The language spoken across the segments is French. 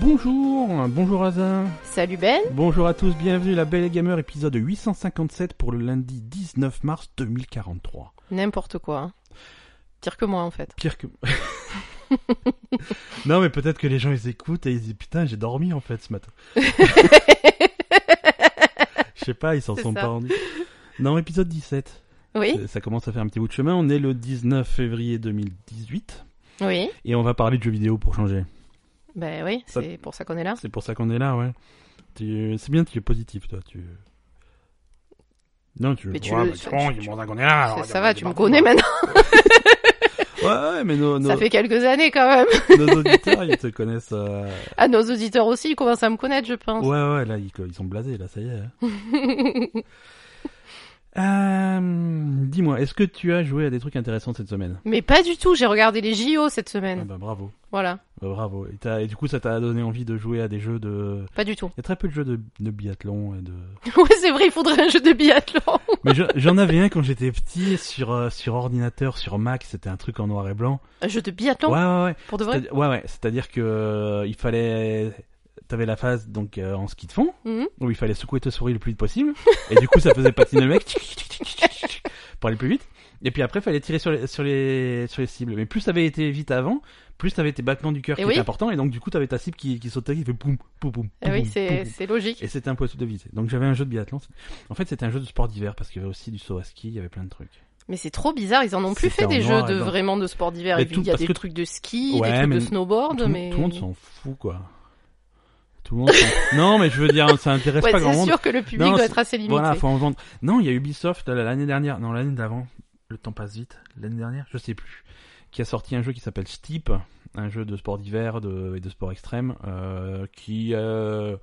Bonjour, bonjour Azin. Salut Ben. Bonjour à tous, bienvenue à la Belle et Gamer épisode 857 pour le lundi 19 mars 2043. N'importe quoi. hein. Pire que moi en fait. Pire que... non mais peut-être que les gens ils écoutent et ils disent putain j'ai dormi en fait ce matin. Je sais pas, ils s'en C'est sont ça. pas rendus. Non, épisode 17. Oui, Euh, Ça commence à faire un petit bout de chemin. On est le 19 février 2018 oui. et on va parler de jeux vidéo pour changer. Ben oui, Ça- c'est pour ça qu'on est là. C'est pour ça qu'on est là, ouais. Tu... C'est bien, tu es positif, toi. Tu... Non, tu. Mais tu Ouais, le- bah, tu- bon, tu- c'est pour ça qu'on est là. alors, Ah, regarde, Ça, ça on va, est tu me partout, connais quoi. maintenant. Ouais, ouais, mais nos, nos, Ça fait quelques années quand même. nos auditeurs, ils te connaissent. euh, Ah, nos auditeurs aussi, ils commencent à me connaître, je pense. Ouais, ouais, là, ils, ils sont blasés, là, ça y est. hein. Euh, Dis-moi, est-ce que tu as joué à des trucs intéressants cette semaine Mais pas du tout, j'ai regardé les JO cette ah semaine. bah, Bravo. Voilà, Bah, bravo. Et, t'as- et du coup, ça t'a donné envie de jouer à des jeux de. pas du tout. Il y a très peu de jeux de, de biathlon et de. ouais, c'est vrai, il faudrait un jeu de biathlon. Mais je- j'en avais un quand j'étais petit sur euh, sur ordinateur, sur Mac, c'était un truc en noir et blanc. Un jeu de Ouais biathlon ouais ouais. Pour de vrai C'est-à-dire- Ouais ouais, c'est-à-dire que euh, il fallait t'avais la phase donc euh, en ski de fond Mhm. où il fallait secouer ta souris le plus vite possible et du coup ça faisait patiner le mec tchic, tchic, tchic, tchic, tchic, pour aller plus vite. Et puis après, fallait tirer sur les, sur les, sur les cibles. Mais plus t'avais été vite avant, plus t'avais tes battements du cœur Eh qui oui. étaient importants. Et donc, du coup, t'avais ta cible qui, qui sautait, qui fait poum, poum, poum. Ah oui, poum, c'est poum. c'est logique. Et c'était impossible de viser. Donc j'avais un jeu de biathlon. En fait, c'était un jeu de sport d'hiver parce qu'il y avait aussi du saut à ski, il y avait plein de trucs. Mais c'est trop bizarre, ils en ont plus C'était fait des en noir jeux et de blanc. vraiment de sport d'hiver. Mais Et puis, tout- Il y a parce des que- trucs de ski, Ouais, des trucs mais- de snowboard, tout, le- mais tout le monde s'en fout, quoi. Tout le monde s'en- Non, mais je veux dire, ça intéresse Ouais, pas grand c'est monde. sûr que le public Non, doit c'est- être assez limité. Voilà, faut en vendre. Non, il y a Ubisoft euh, l'année dernière, non, l'année d'avant, le temps passe vite, l'année dernière, je sais plus, qui a sorti un jeu qui s'appelle Steep, un jeu de sport d'hiver de... et de sport extrême, euh, qui. euh,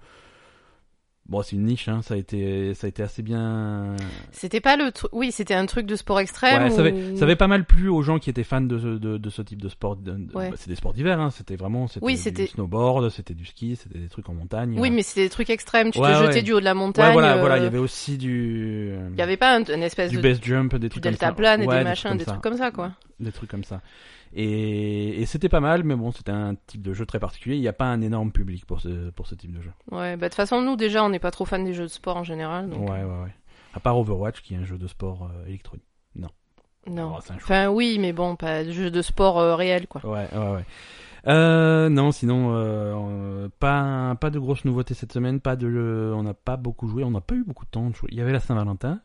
Bon, c'est une niche, hein, ça, a été... ça a été assez bien. C'était pas le truc. Oui, c'était un truc de sport extrême. Ouais, ça, ou- avait, ça avait pas mal plu aux gens qui étaient fans de, ce- de, de ce type de sport. de- de- Ouais. bah, C'est des sports d'hiver, hein, c'était vraiment c'était Oui, du c'était- snowboard, c'était du ski, c'était des trucs en montagne. Oui, mais c'était des trucs extrêmes. Tu hein. Ouais, te ouais. jetais du haut de la ouais, montagne. voilà, euh, voilà, il y avait aussi du il y avait pas un, une espèce du de base jump, des du trucs delta comme ça. plane et Ouais, des machins, comme des ça. trucs comme ça, quoi. Des trucs comme ça. Et, et c'était pas mal, mais bon, c'était un type de jeu très particulier. Il n'y a pas un énorme public pour ce pour ce type de jeu. Ouais, bah de toute façon, nous déjà, on n'est pas trop fan des jeux de sport en général, donc Ouais, ouais, ouais. À part Overwatch, qui est un jeu de sport euh, électronique. non. Oh, c'est un chou- Enfin, oui, mais bon, pas de jeux de sport euh, réel, quoi. Ouais, ouais, ouais. Euh, non, sinon, euh, euh, pas, pas de grosses nouveautés cette semaine. Pas de, euh, on n'a pas beaucoup joué. On n'a pas eu beaucoup de temps de jouer. Il y avait la Saint-Valentin.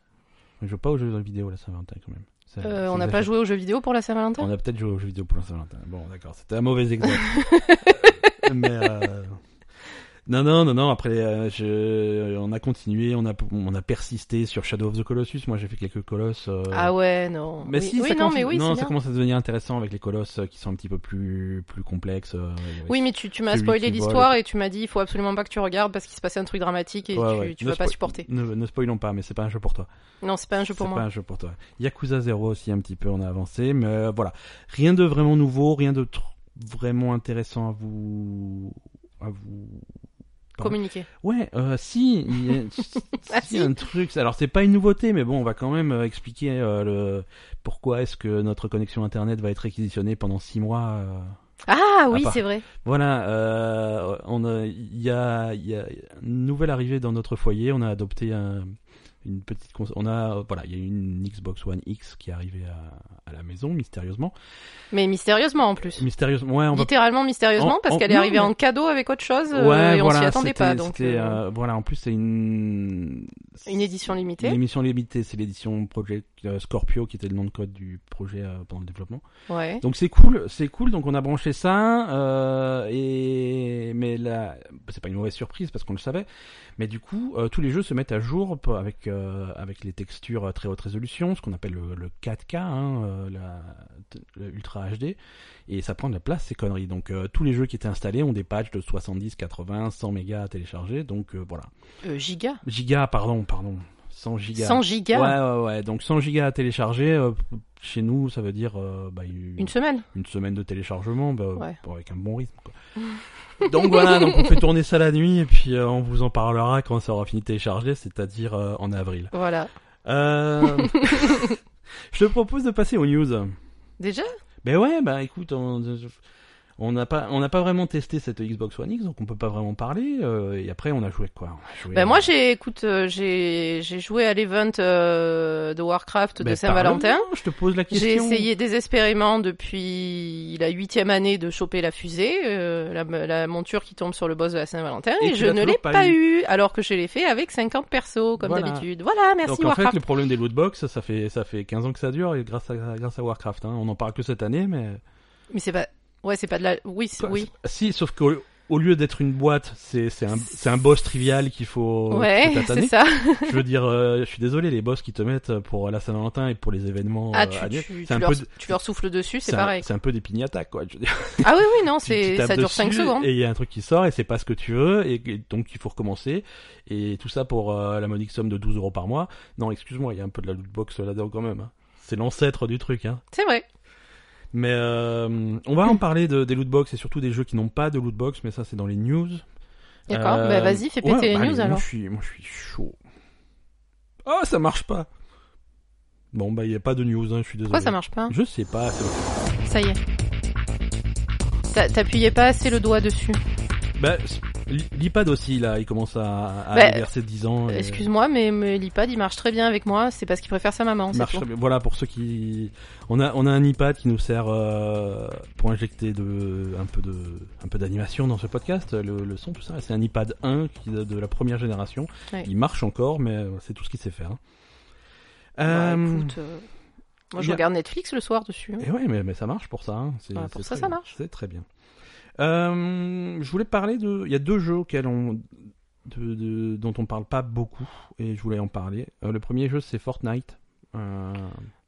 Je joue pas aux jeux vidéo la Saint-Valentin quand même. Ça- Euh, ça on n'a pas exagère. joué aux jeux vidéo pour la Saint-Valentin. On a peut-être joué aux jeux vidéo pour la Saint-Valentin. Bon, d'accord, c'était un mauvais exemple. Mais euh, non, non, non, non. Après, euh, je... on a continué, on a, on a persisté sur Shadow of the Colossus. Moi, j'ai fait quelques colosses. euh, Ah ouais, non. Mais oui, si, oui, ça non, commence... mais oui, non, c'est ça bien. commence à devenir intéressant avec les colosses euh, qui sont un petit peu plus, plus complexes. euh, il y avait- Oui, mais tu, tu m'as Celui spoilé qui vole. l'histoire et tu m'as dit il faut absolument pas que tu regardes parce qu'il se passait un truc dramatique et Ouais, tu, ouais. tu Ne vas pas spoil- supporter. Ne, ne spoilons pas, mais c'est pas un jeu pour toi. Non, c'est pas un jeu pour C'est moi. pas un jeu pour toi. Yakuza 0 aussi un petit peu, on a avancé, mais euh, voilà. Rien de vraiment nouveau, rien de tr- vraiment intéressant à vous à vous. Pardon. Communiquer. Ouais, euh, si, il y a, si, Ah, si. un truc. Alors c'est pas une nouveauté, mais bon, on va quand même euh, expliquer euh, le pourquoi est-ce que notre connexion internet va être réquisitionnée pendant six mois. euh. Ah oui, part- c'est vrai. Voilà, euh, on a- il y a, il y a une nouvelle arrivée dans notre foyer. On a adopté un- une petite cons- on a euh, voilà, il y a une Xbox One X qui est arrivée à, à la maison mystérieusement. Mais mystérieusement en plus. Mystérieusement, ouais, on va Littéralement mystérieusement En- parce en- qu'elle est non, arrivée mais- en cadeau avec autre chose euh, ouais, et on s'y voilà, attendait c'était- pas donc c'était, euh, euh, voilà, en plus c'est une une édition Une limitée. émission limitée, c'est l'édition Project euh, Scorpio qui était le nom de code du projet euh, pendant le développement. Ouais. Donc c'est cool, c'est cool. Donc on a branché ça euh, et mais là c'est pas une mauvaise surprise parce qu'on le savait. Mais du coup euh, tous les jeux se mettent à jour p- avec euh, avec les textures à très haute résolution, ce qu'on appelle le, le 4K, hein, euh, la, t- le Ultra HD, et ça prend de la place ces conneries. Donc euh, tous les jeux qui étaient installés ont des patchs de 70, 80, 100 mégas à télécharger. Donc euh, voilà, Euh, giga. giga, pardon, pardon, 100 gigas. 100 gigas Ouais, ouais, ouais. Donc 100 gigas à télécharger, euh, p- chez nous, ça veut dire euh, bah, une, une semaine. une semaine de téléchargement, bah, Ouais. pour- avec un bon rythme. quoi. donc voilà, donc on fait tourner ça la nuit et puis euh, on vous en parlera quand ça aura fini de télécharger, c'est-à-dire euh, en avril. Voilà. Euh, Je te propose de passer aux news. Déjà Ben ouais, bah écoute, on, On n'a pas, on n'a pas vraiment testé cette Xbox One X, donc on peut pas vraiment parler. euh, et après, on a joué quoi On a joué, Ben euh, moi j'ai écoute euh, j'ai j'ai joué à l'event euh, de Warcraft de ben, Saint-Valentin. parle-nous, Je te pose la question. J'ai essayé désespérément depuis la huitième année de choper la fusée, euh, la, la monture qui tombe sur le boss de la Saint-Valentin, Et et, tu je l'as ne toujours l'ai pas pas, eu. eu. alors que je l'ai fait avec 50 persos comme Voilà. d'habitude. Voilà, merci Donc en Warcraft. fait, le problème des lootbox, ça fait ça fait 15 ans que ça dure et grâce à grâce à Warcraft. Hein. On en parle que cette année, mais Mais c'est pas ouais c'est pas de la oui c'est- oui si, sauf que au lieu d'être une boîte, c'est c'est un c'est un boss trivial qu'il faut qu'il faut ouais tataner. c'est ça. Je veux dire, euh, je suis désolé, les boss qui te mettent pour la Saint-Valentin et pour les événements Ah euh, tu annuels, tu, c'est tu un leur, peu de- tu leur souffles dessus c'est un- pareil. C'est un peu des pignatas, quoi. Je veux dire, Ah oui oui non tu- tu c'est tapes ça dure dessus 5 secondes. Et il y a un truc qui sort et c'est pas ce que tu veux et, et donc il faut recommencer. Et tout ça pour euh, la modique somme de 12 euros par mois. Non, excuse-moi, il y a un peu de la lootbox là-dedans quand même. hein. C'est l'ancêtre du truc, hein. C'est vrai. Mais euh, on va en parler de, des lootbox et surtout des jeux qui n'ont pas de lootbox, mais ça c'est dans les news. D'accord. Euh, Bah vas-y fais péter ouais, les bah, allez, news alors. Moi je suis, moi, je suis chaud. Oh, ça marche pas. Bon bah il y a pas de news, hein, je suis désolé. Pourquoi ça marche pas Je sais pas. c'est- Ça y est. T'a- T'appuyais pas assez le doigt dessus. Bah c'est- Li- l'IPad aussi là, il commence à, à Bah, verser 10 ans. et- Excuse-moi, mais, mais l'IPad il marche très bien avec moi, c'est parce qu'il préfère sa maman, Il c'est marche tout. très bien. Voilà pour ceux qui on a on a un iPad qui nous sert euh, pour injecter de un peu de un peu d'animation dans ce podcast le, le son tout ça c'est un iPad 1 qui de, de la première génération Ouais. il marche encore mais euh, c'est tout ce qu'il sait faire hein. Bah, Euh, écoute, euh, moi il y je a- regarde Netflix le soir dessus. hein. et Eh ouais mais, mais ça marche pour ça hein. C'est- Ouais, pour c'est ça, très ça bien. marche. c'est très bien Euh, je voulais parler de il y a deux jeux auxquels on de, de- dont on parle pas beaucoup et je voulais en parler Euh, le premier jeu c'est Fortnite Euh,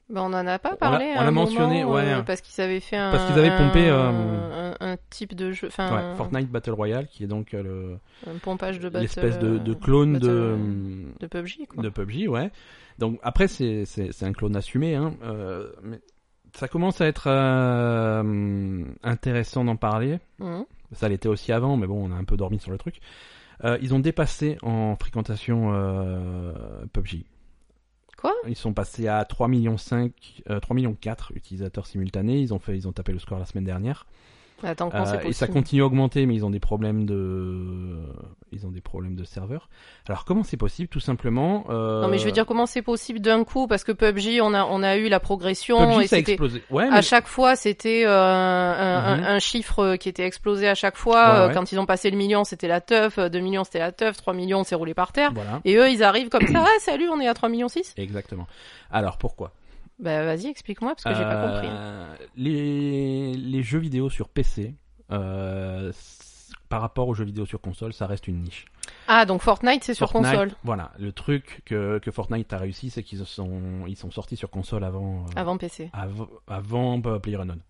Bah, on en a pas On parlé. l'a- à on l'a un mentionné, moment, euh, ouais. parce qu'ils avaient fait un. Parce qu'ils avaient pompé, Un, euh, un- un type de jeu, Ouais, enfin. Fortnite Battle Royale, qui est donc euh, le- Un pompage de battle. l'espèce de, de euh, clone battle, de, de PUBG, quoi. de PUBG, ouais. Donc après, c'est c'est- c'est un clone assumé, hein, euh, mais ça commence à être euh, intéressant d'en parler. Mhm. Ça l'était aussi avant, mais bon, on a un peu dormi sur le truc. Euh, ils ont dépassé en fréquentation euh, PUBG. Quoi Ils sont passés à 3 millions 5, 3 millions 4 utilisateurs simultanés. Ils ont fait, ils ont tapé le score la semaine dernière. Attends, quand c'est Euh, et ça possible continue à augmenter, mais ils ont des problèmes de, ils ont des problèmes de serveur. Alors comment c'est possible Tout simplement. euh, Non, mais je veux dire, comment c'est possible d'un coup Parce que PUBG, on a, on a eu la progression PUBG, et ça a c'était. explosé. Ouais, mais À chaque fois, c'était euh, un, Mhm. un- un chiffre qui était explosé à chaque fois. Ouais, Euh, ouais. Quand ils ont passé le million, c'était la teuf. Euh, 2 millions, c'était la teuf. 3 millions, c'est roulé par terre. voilà, Et eux, ils arrivent comme ça. Ah, salut, on est à 3 millions 6 exactement. Alors pourquoi Bah, vas-y, explique-moi, parce que j'ai pas compris. hein. Euh, Les les jeux vidéo sur PC, euh, s- par rapport aux jeux vidéo sur console, ça reste une niche. Ah, donc Fortnite, c'est sur Fortnite, console, Voilà, le truc que que Fortnite a réussi, c'est qu'ils sont ils sont sortis sur console avant euh, avant PC. avant avant euh, PlayerUnknown.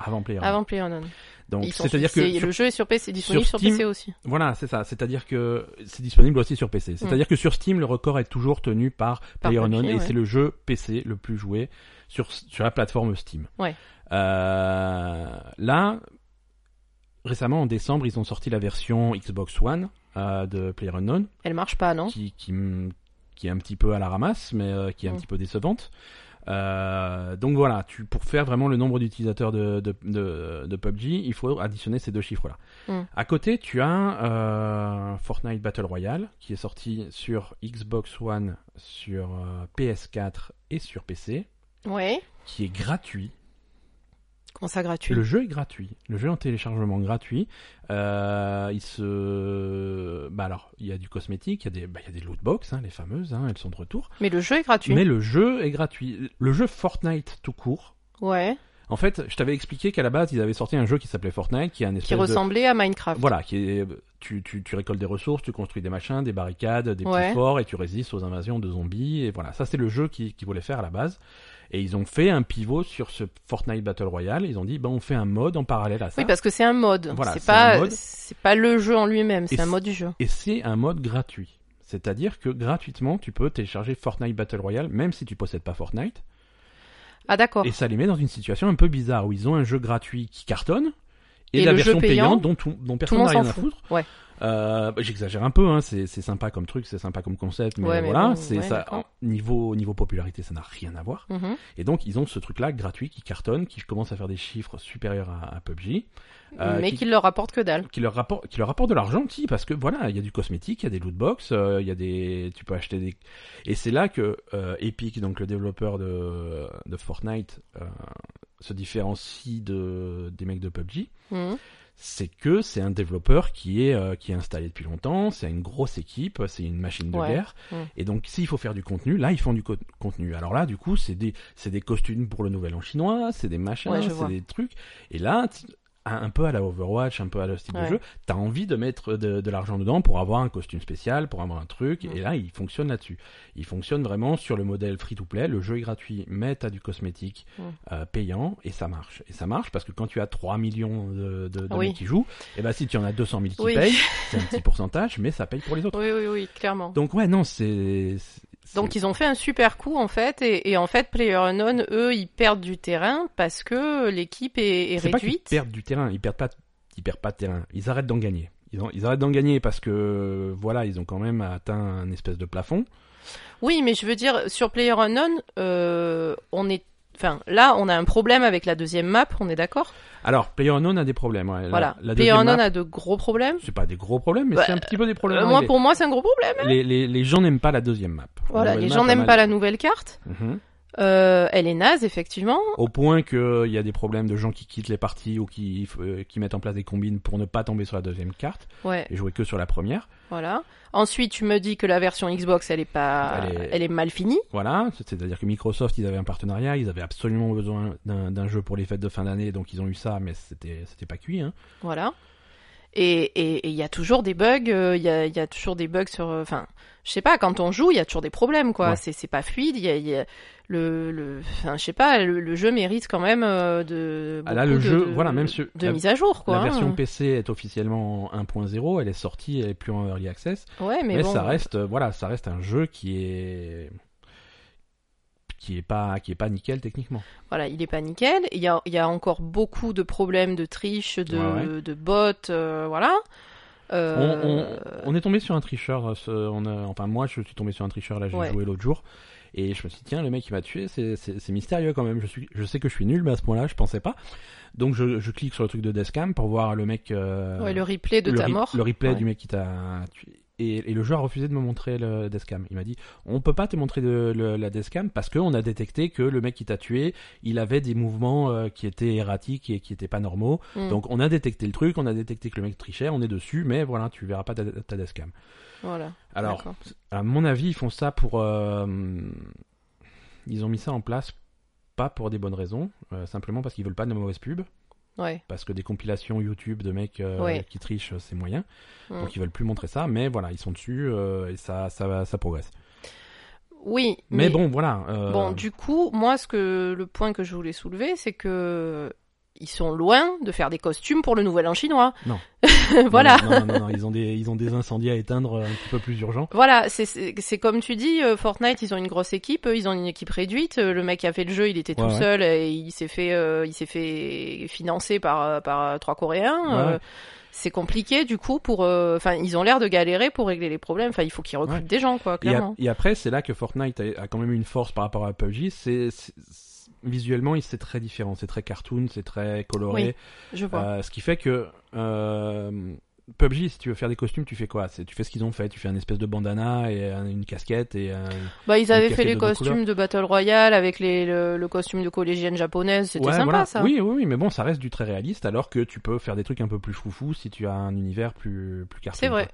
Avant PlayerUnknown. Avant PlayerUnknown. Donc Ils sont c'est-à-dire sur- que c'est- sur le jeu est sur PC, disponible sur sur, Steam- PC aussi. Voilà, c'est ça. C'est-à-dire que c'est disponible aussi sur PC. C'est-à-dire que sur Steam, le record est toujours tenu par Mm. Par PlayerUnknown papier, et ouais. c'est le jeu PC le plus joué sur sur la plateforme Steam. Ouais. Euh, là, récemment en décembre, ils ont sorti la version Xbox One euh, de PlayerUnknown Elle marche pas, non qui qui mm, qui est un petit peu à la ramasse, mais euh, qui est un Mm. petit peu décevante. Euh, donc voilà, tu, pour faire vraiment le nombre d'utilisateurs de, de, de, de PUBG, il faut additionner ces deux chiffres-là. Mm. À côté, tu as euh, Fortnite Battle Royale, qui est sorti sur Xbox One, sur euh, PS4 et sur PC, Ouais. qui est gratuit. Comment ça gratuit Le jeu est gratuit. Le jeu est en téléchargement gratuit. Euh, il se, bah alors, il y a du cosmétique, il y a des, bah, il y a des lootbox, hein, les fameuses, hein, elles sont de retour. Mais le jeu est gratuit. Mais le jeu est gratuit. Le jeu Fortnite tout court. Ouais. En fait, je t'avais expliqué qu'à la base, ils avaient sorti un jeu qui s'appelait Fortnite, qui est un espèce Qui de- ressemblait à Minecraft. Voilà, qui est... tu, tu, tu récoltes des ressources, tu construis des machins, des barricades, des Ouais. petits forts, et tu résistes aux invasions de zombies. Et voilà, ça c'est le jeu qu'ils qu'ils voulaient faire à la base. Et ils ont fait un pivot sur ce Fortnite Battle Royale. Ils ont dit, ben on fait un mode en parallèle à ça. Oui, parce que c'est un mode. Voilà, c'est c'est un pas, mode. c'est pas le jeu en lui-même, Et c'est un c'est- mode du jeu. Et c'est un mode gratuit. C'est-à-dire que gratuitement, tu peux télécharger Fortnite Battle Royale, même si tu possèdes pas Fortnite. Ah d'accord. Et ça les met dans une situation un peu bizarre où ils ont un jeu gratuit qui cartonne et, Et la le jeu version payant, payante dont, tout- dont personne monde n'a rien s'en à fout. foutre. Ouais. Euh, bah, J'exagère un peu, hein, c'est c'est sympa comme truc, c'est sympa comme concept, mais Ouais, mais voilà, bon, c'est ouais, ça d'accord. en- niveau niveau popularité, ça n'a rien à voir. Mhm. Et donc ils ont ce truc-là gratuit qui cartonne, qui commence à faire des chiffres supérieurs à, à PUBG, euh, mais qui- qu'il leur rapporte que dalle. qui leur rapporte qui leur rapporte de l'argent petit parce que voilà il y a du cosmétique il y a des loot box euh, il y a des tu peux acheter des et c'est là que euh, Epic donc le développeur de de Fortnite euh, se différencie de des mecs de PUBG Mhm. c'est que c'est un développeur qui est euh, qui est installé depuis longtemps c'est une grosse équipe c'est une machine de Ouais. guerre Mm. et donc s'il faut faire du contenu là ils font du co- contenu alors là du coup c'est des c'est des costumes pour le nouvel an chinois c'est des machins Ouais, je c'est vois. des trucs et là t- un un peu à la Overwatch, un peu à le style de Ouais. jeu, t'as envie de mettre de, de l'argent dedans pour avoir un costume spécial, pour avoir un truc, et Mm. là, il fonctionne là-dessus. Il fonctionne vraiment sur le modèle free-to-play, le jeu est gratuit, mais t'as du cosmétique Mm. euh, payant, et ça marche. Et ça marche parce que quand tu as 3 millions de, de, de Oui. mecs qui jouent, et ben si tu en as 200 000 qui Oui. payent, c'est un petit pourcentage, mais ça paye pour les autres. Oui, oui, oui, clairement. Donc ouais, non, c'est... c'est- Donc ils ont fait un super coup en fait et, et en fait PlayerUnknown eux ils perdent du terrain parce que l'équipe est, est C'est pas qu'ils réduite. perdent du terrain, ils perdent pas, ils perdent pas de terrain. Ils arrêtent d'en gagner. Ils, ont- ils arrêtent d'en gagner parce que voilà, ils ont quand même atteint un espèce de plafond. Oui mais je veux dire sur PlayerUnknown euh, on est Enfin, là, on a un problème avec la deuxième map, on est d'accord Alors, PlayerUnknown a des problèmes. ouais. La- Voilà. La, deuxième PlayerUnknown map, a de gros problèmes. c'est pas des gros problèmes, mais Bah, c'est un petit peu des problèmes. Euh, dans moi, les- pour moi, c'est un gros problème. les, les, les gens n'aiment pas la deuxième map. La Voilà, nouvelle les map gens a n'aiment mal- pas la nouvelle carte. Mhm. Euh, elle est naze, effectivement. Au point que il y a des problèmes de gens qui quittent les parties ou qui, euh, qui mettent en place des combines pour ne pas tomber sur la deuxième carte Ouais, et jouer que sur la première. voilà. Ensuite, tu me dis que la version Xbox, elle est pas, Elle elle est- est, mal finie. Voilà, c'est-à-dire que Microsoft, ils avaient un partenariat, ils avaient absolument besoin d'un d'un jeu pour les fêtes de fin d'année, donc ils ont eu ça, mais c'était c'était pas cuit. Hein. Voilà. Et et- et il y a toujours des bugs, euh, il y, a, il y a toujours des bugs sur... euh, Enfin, je sais pas, quand on joue, il y a toujours des problèmes, quoi. Ouais. C'est, c'est pas fluide, il y a... il y a le, le, enfin, je sais pas, le, le jeu mérite quand même euh, de... Ah là, le beaucoup de- jeu, de- voilà, même sur- De la- mise à jour, quoi. La version hein. PC est officiellement en 1.0, elle est sortie, elle est plus en early access, Ouais, mais, mais, bon. ça reste, euh, voilà, ça reste un jeu qui est qui est pas qui est pas nickel techniquement. Voilà, il est pas nickel. Il y a, il y a encore beaucoup de problèmes de triche, de, Ouais, de bots, euh, voilà. Euh, On, on- on est tombé sur un tricheur, euh, ce- on a- enfin moi je suis tombé sur un tricheur là, j'ai Ouais. joué l'autre jour. Et je me suis dit, tiens, le mec qui m'a tué, c'est- c'est c'est mystérieux quand même. Je, suis, je sais que je suis nul, mais à ce point-là, je pensais pas. Donc je, je clique sur le truc de Deathcam pour voir le mec. euh, ouais, le replay de le ta re- mort. Le replay Ouais. du mec qui t'a tué. Et, et le joueur a refusé de me montrer le Deathcam. Il m'a dit, on peut pas te montrer de, le- la Deathcam parce qu'on a détecté que le mec qui t'a tué, il avait des mouvements euh, qui étaient erratiques et qui étaient pas normaux. Mm. Donc on a détecté le truc, on a détecté que le mec trichait, on est dessus, mais voilà, tu verras pas ta, ta Deathcam. Voilà. Alors, D'accord. à mon avis, ils font ça pour. euh, ils ont mis ça en place pas pour des bonnes raisons, euh, simplement parce qu'ils veulent pas de mauvaises pubs, Ouais. parce que des compilations YouTube de mecs euh, Ouais. qui trichent, euh, c'est moyen. Mm. Donc ils veulent plus montrer ça, mais voilà, ils sont dessus euh, et ça, ça, va- ça progresse. Oui. Mais, bon, voilà. euh, Bon, du coup, moi, ce que le point que je voulais soulever, c'est que ils sont loin de faire des costumes pour le Nouvel An chinois. Non. voilà. Non, non, non, non, ils ont des, ils ont des incendies à éteindre un petit peu plus urgents. Voilà, c'est- c'est c'est comme tu dis, euh, Fortnite, ils ont une grosse équipe, eux, ils ont une équipe réduite. euh, Le mec qui a fait le jeu, il était Ouais, tout ouais. seul et il s'est fait, euh, il s'est fait financer par euh, par euh, trois Coréens. Ouais. euh, c'est compliqué du coup pour, euh, enfin, ils ont l'air de galérer pour régler les problèmes. Enfin, il faut qu'ils recrutent Ouais. des gens, quoi, Et, a- clairement. et après, c'est là que Fortnite a, a quand même une force par rapport à PUBG. C'est c'est- c'est- visuellement, il- c'est très différent, c'est très cartoon, c'est très coloré, Je vois. Euh, ce qui fait que euh, PUBG, si tu veux faire des costumes, tu fais quoi C'est tu fais ce qu'ils ont fait, tu fais un espèce de bandana et un- une casquette et un... bah, ils avaient une fait casquette les de deux costumes de Battle Royale avec les, le, le costume de collégienne japonaise. C'était Ouais, sympa, voilà. ça. Oui, oui, oui, mais bon, ça reste du très réaliste, alors que tu peux faire des trucs un peu plus foufou si tu as un univers plus plus cartoon. C'est vrai. quoi.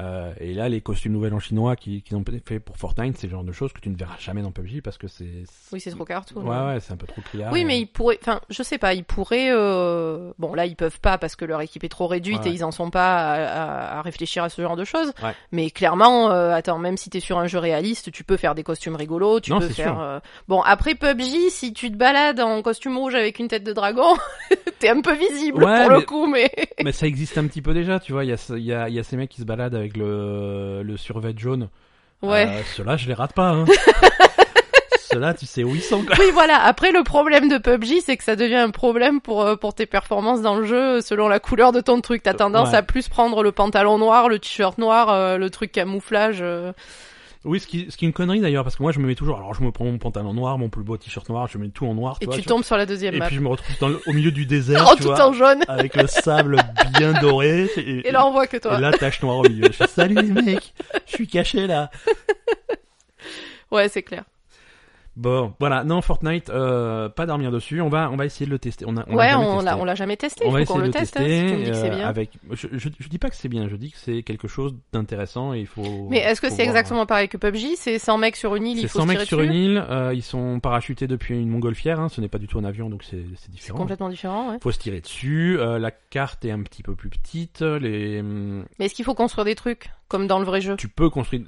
Euh, et là, les costumes nouvelles en chinois qui, qui ont fait pour Fortnite, c'est le genre de choses que tu ne verras jamais dans PUBG parce que c'est. Oui, c'est trop cartoon. Ouais, ouais, c'est un peu trop criard. Oui, mais ils pourraient. Enfin, je sais pas. Ils pourraient. euh, Bon, là, ils peuvent pas parce que leur équipe est trop réduite Ouais. et ils en sont pas à, à- à réfléchir à ce genre de choses. Ouais. Mais clairement, euh, attends, même si t'es sur un jeu réaliste, tu peux faire des costumes rigolos. Tu Non, peux c'est faire. sûr. euh, Bon, après PUBG, si tu te balades en costume rouge avec une tête de dragon, t'es un peu visible Ouais, pour le mais- coup, mais. Mais ça existe un petit peu déjà, tu vois. Il y a, ce- il y a, il y a ces mecs qui se baladent avec le, le survêt jaune. ouais. Euh, Ceux-là, je les rate pas. Hein. Ceux-là, tu sais où ils sont, quoi. Oui, voilà. Après, le problème de PUBG, c'est que ça devient un problème pour, euh, pour tes performances dans le jeu euh, selon la couleur de ton truc. T'as tendance ouais. à plus prendre le pantalon noir, le t-shirt noir, euh, le truc camouflage. euh. Oui, ce qui, ce qui est une connerie d'ailleurs, parce que moi je me mets toujours. Alors je me prends mon pantalon noir, mon plus beau t-shirt noir, je mets tout en noir. et vois, tu je- tombes sur la deuxième Et map. puis je me retrouve dans le- au milieu du désert, en tu tout vois, en jaune. avec le sable bien doré. Et, Et là, on voit que toi. et là, tache noire au milieu. Je fais, Salut les mecs, je suis caché là. Ouais, c'est clair. Bon, voilà. Non, Fortnite, euh, pas dormir dessus. On va, on va essayer de le tester. On a, on ouais, l'a jamais on testé. l'a, on l'a jamais testé. On va Il essayer faut qu'on de le le teste. hein, tester si tu me dis que c'est euh, bien. avec. Je, je, je dis pas que c'est bien. Je dis que c'est quelque chose d'intéressant et il faut. Mais est-ce que faut c'est voir. exactement pareil que PUBG C'est 100 mecs sur une île, C'est il faut 100 se mecs tirer sur dessus. une île. euh, ils sont parachutés depuis une montgolfière. Hein, ce n'est pas du tout un avion, donc c'est c'est C'est différent. complètement différent, ouais. Faut se tirer dessus. euh, la carte est un petit peu plus petite. Les, hum, Mais est-ce qu'il faut construire des trucs comme dans le vrai jeu tu peux construire.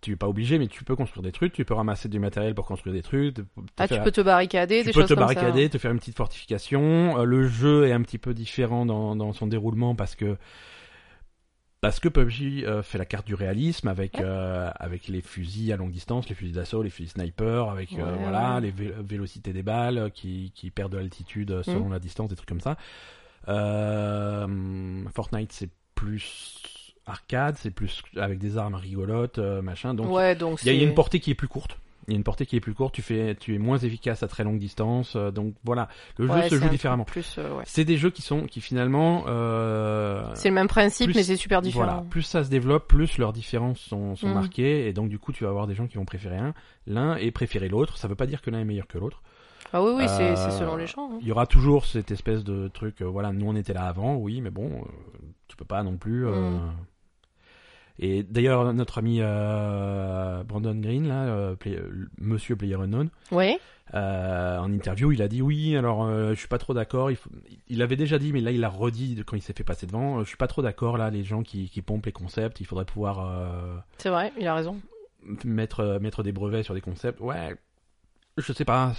Tu es pas obligé, mais tu peux construire des trucs. Tu peux ramasser du matériel pour construire des trucs. te- te Ah, tu faire- peux te barricader, tu des peux choses te comme ça. barricader, te faire une petite fortification. Euh, le jeu est un petit peu différent dans, dans son déroulement parce que parce que PUBG euh, fait la carte du réalisme avec euh, avec les fusils à longue distance, les fusils d'assaut, les fusils sniper, avec euh, Ouais, voilà ouais. les vé- vélocités des balles euh, qui qui perdent de l'altitude euh, Mm. selon la distance, des trucs comme ça. Euh, Fortnite c'est plus arcade, c'est plus avec des armes rigolotes, euh, machin. Donc ouais, donc il y a- il y, a c'est- une portée qui est plus courte. Il y a une portée qui est plus courte. Tu fais, tu es moins efficace à très longue distance. euh, donc voilà, le jeu ouais, c'est se un joue truc différemment. Plus, euh, ouais. C'est des jeux qui sont, qui finalement, euh, C'est le même principe, plus- mais c'est super différent. voilà, plus ça se développe, plus leurs différences sont, sont Mm. marquées. Et donc du coup, tu vas avoir des gens qui vont préférer un, l'un et préférer l'autre. Ça veut pas dire que l'un est meilleur que l'autre. Ah oui, oui, c'est Euh, c'est selon les gens. hein. Il y aura toujours cette espèce de truc. euh, voilà, nous on était là avant, oui, mais bon, euh, tu peux pas non plus. euh, Mm. Et d'ailleurs, notre ami euh, Brandon Green, là, euh, Play- euh, Monsieur Player Unknown, Ouais. Euh, en interview, il a dit oui, alors euh, je suis pas trop d'accord. Il, faut- il avait déjà dit, mais là il l'a redit de- quand il s'est fait passer devant. euh, je suis pas trop d'accord là, les gens qui, qui pompent les concepts, il faudrait pouvoir euh, C'est vrai, il a raison. mettre, euh, mettre des brevets sur des concepts. Ouais, je sais pas,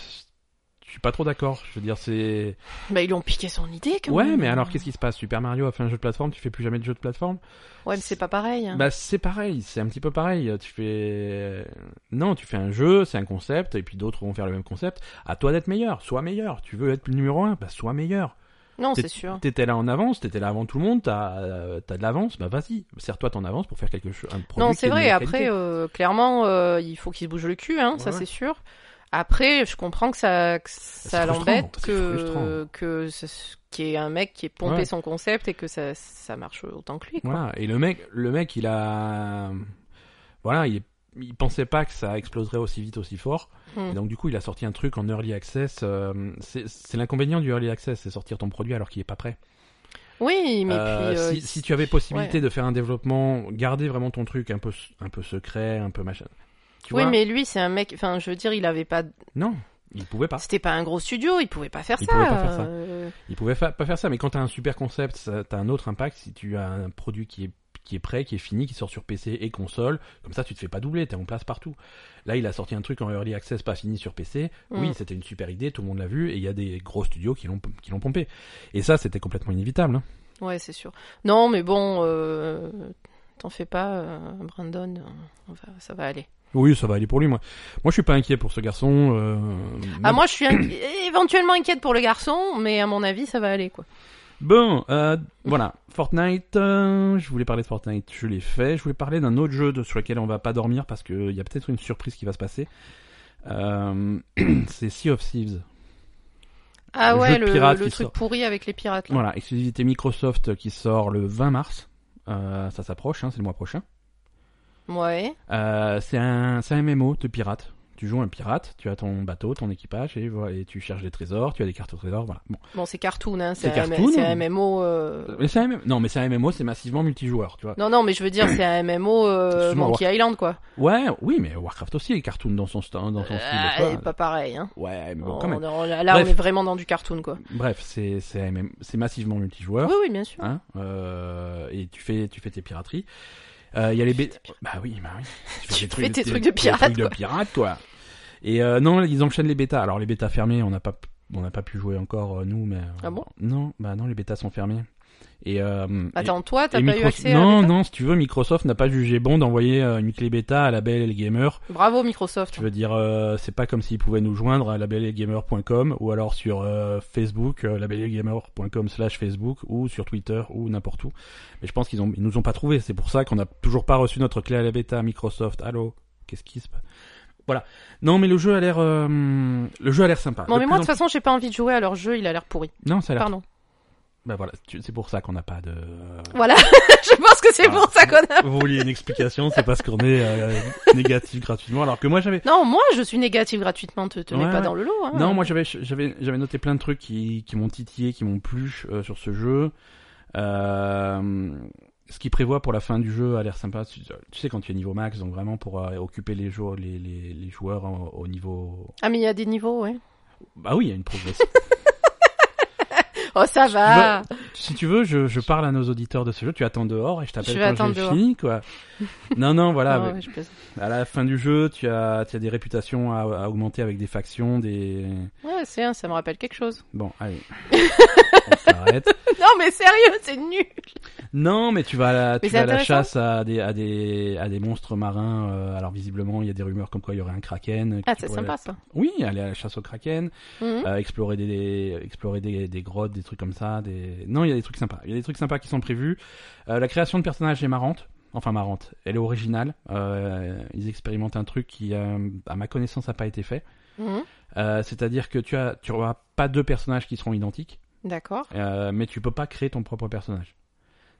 je suis pas trop d'accord. Je veux dire, c'est. Bah, ils lui ont piqué son idée, quand Ouais, même. mais alors qu'est-ce qui se passe Super Mario a fait un jeu de plateforme, tu fais plus jamais de jeu de plateforme Ouais, mais c'est pas pareil. hein. Bah c'est pareil, c'est un petit peu pareil. Tu fais non, tu fais un jeu, c'est un concept, et puis d'autres vont faire le même concept. À toi d'être meilleur, sois meilleur. Tu veux être le numéro un, bah sois meilleur. non, c'est sûr. T'étais là en avance, t'étais là avant tout le monde, t'as euh, t'as de l'avance, bah vas-y, serre-toi ton avance pour faire quelque chose. Un produit Non, qui est c'est de vrai. meilleure Après, qualité. euh, clairement, euh, il faut qu'il se bouge le cul, hein, ça Ouais, ouais. c'est sûr. Après, je comprends que ça, que ça frustrant, l'embête, c'est que frustrant. que ce- qu'il y ait un mec qui ait pompé Ouais. son concept et que ça ça marche autant que lui. Quoi. Voilà. Et le mec, le mec, il a, voilà, il, il pensait pas que ça exploserait aussi vite, aussi fort. Hmm. Et donc du coup, il a sorti un truc en early access. euh, c'est c'est l'inconvénient du early access, c'est sortir ton produit alors qu'il est pas prêt. Oui, mais Euh, puis euh, si, si tu avais possibilité de faire un développement, garder vraiment ton truc un peu, un peu secret, un peu machin. Tu oui, vois mais lui, c'est un mec. Enfin, je veux dire, il avait pas. Non, il pouvait pas. C'était pas un gros studio, il pouvait pas faire Il ça. pouvait pas faire ça. euh, Il pouvait fa- pas faire ça. Mais quand t'as un super concept, ça- t'as un autre impact. Si tu as un produit qui est qui est prêt, qui est fini, qui sort sur PC et console, comme ça tu te fais pas doubler, t'es en place partout. Là, il a sorti un truc en early access pas fini sur PC. Oui, Mm. c'était une super idée, tout le monde l'a vu, et il y a des gros studios qui l'ont qui l'ont pompé. Et ça, c'était complètement inévitable. hein. Ouais, c'est sûr. Non, mais bon, euh, t'en fais pas, euh, Brandon. euh, on va- ça va aller. Oui, ça va aller pour lui, moi. Moi, je suis pas inquiet pour ce garçon. euh, Ah, même- moi, je suis inqui- éventuellement inquiète pour le garçon, mais à mon avis, ça va aller, quoi. Bon, euh, voilà, Fortnite, euh, je voulais parler de Fortnite, je l'ai fait, je voulais parler d'un autre jeu de- sur lequel on va pas dormir parce qu'il y a peut-être une surprise qui va se passer. Euh, c'est Sea of Thieves. Ah Le ouais, jeu de le, pirate le qui truc sort. pourri avec les pirates. Là. Voilà, exclusivité Microsoft qui sort le 20 mars. Euh, ça s'approche, hein, c'est le mois prochain. Ouais. Euh, c'est un, c'est un MMO de pirate. Tu joues un pirate, tu as ton bateau, ton équipage et, voilà, et tu cherches des trésors, tu as des cartes au trésor, voilà. Bon. Bon, c'est cartoon, hein. C'est C'est un, M- cartoon. c'est un MMO. euh, Mais c'est un MMO, non, mais c'est un MMO, c'est massivement multijoueur, tu vois. Non, non, mais je veux dire, c'est un MMO euh, Excuse-moi, Monkey Island, quoi. Ouais, oui, mais Warcraft aussi est cartoon dans son, sta- dans son style. Ah, quoi. et pas pareil, hein. Ouais, mais bon, On- quand même. on- là, Bref. on est vraiment dans du cartoon, quoi. Bref, c'est c'est MM c'est massivement multijoueur, Oui, oui, bien sûr. hein, euh, et tu fais tu fais tes pirateries. Euh, Il y a les B... bah oui, bah oui. Tu des fais tes trucs de des pirate, trucs de quoi. pirate, quoi. Et euh, non, ils enchaînent les bêtas. Alors les bêtas fermées, on n'a pas on n'a pas pu jouer encore euh, nous, mais euh, Ah bon non, bah non, les bêtas sont fermées. Et, euh, Attends, toi, et- t'as et pas eu Microsoft- accès à la Non, bêta non, si tu veux, Microsoft n'a pas jugé bon d'envoyer euh, une clé bêta à la Belle Gamer. Bravo Microsoft. Je veux dire, euh, c'est pas comme s'ils pouvaient nous joindre à labellegamer.com ou alors sur euh, Facebook, euh, labellegamer.com slash Facebook ou sur Twitter ou n'importe où. Mais je pense qu'ils ont, ils nous ont pas trouvé. C'est pour ça qu'on n'a toujours pas reçu notre clé à la bêta à Microsoft. Allô, qu'est-ce qui se passe Voilà. Non, mais le jeu a l'air, euh, le jeu a l'air sympa. Bon, De mais moi, de plus toute en façon, j'ai pas envie de jouer à leur jeu, il a l'air pourri. plus- non, ça a l'air. Pardon. Bah voilà, tu- c'est pour ça qu'on n'a pas de. Voilà, je pense que c'est Ah. pour ça qu'on a... Vous vouliez une explication, c'est parce qu'on est euh, négatif gratuitement, alors que moi j'avais. Non, moi, je suis négative gratuitement, te, te mets Ouais, pas ouais. dans le lot. Hein. Non, moi j'avais j'avais j'avais noté plein de trucs qui qui m'ont titillé, qui m'ont plu euh, sur ce jeu. Euh, ce qu'il prévoit pour la fin du jeu a l'air sympa. Tu, tu sais quand tu es niveau max, donc vraiment pour euh, occuper les joueurs les les, les joueurs en- au niveau. Ah, mais il y a des niveaux, ouais. Bah oui, il y a une progression. Oh, ça va si tu veux, je je parle à nos auditeurs de ce jeu. Tu attends dehors et je t'appelle Je vais quand attendre j'ai dehors. fini quoi. Non non voilà. Non, mais- ouais, je plaisante. À la fin du jeu, tu as, tu as des réputations à, à augmenter avec des factions, des... Ouais, c'est un, ça me rappelle quelque chose. Bon, allez. On s'arrête. Non, mais sérieux, c'est nul Non, mais tu vas à la, tu c'est vas à la intéressant. chasse à des, à, des, à des monstres marins. euh, alors visiblement, il y a des rumeurs comme quoi il y aurait un kraken. Ah, qui c'est pourrait- sympa, ça. Oui, aller à la chasse au kraken, Mhm. euh, explorer, des, des- explorer des, des grottes, des trucs comme ça. Des... Non, il y a des trucs sympas. Il y a des trucs sympas qui sont prévus. Euh, la création de personnages est marrante. Enfin marrante, elle est originale. Euh, ils expérimentent un truc qui, euh, à ma connaissance, n'a pas été fait. Mhm. Euh, c'est-à-dire que tu as tu auras pas deux personnages qui seront identiques, D'accord. euh, mais tu peux pas créer ton propre personnage.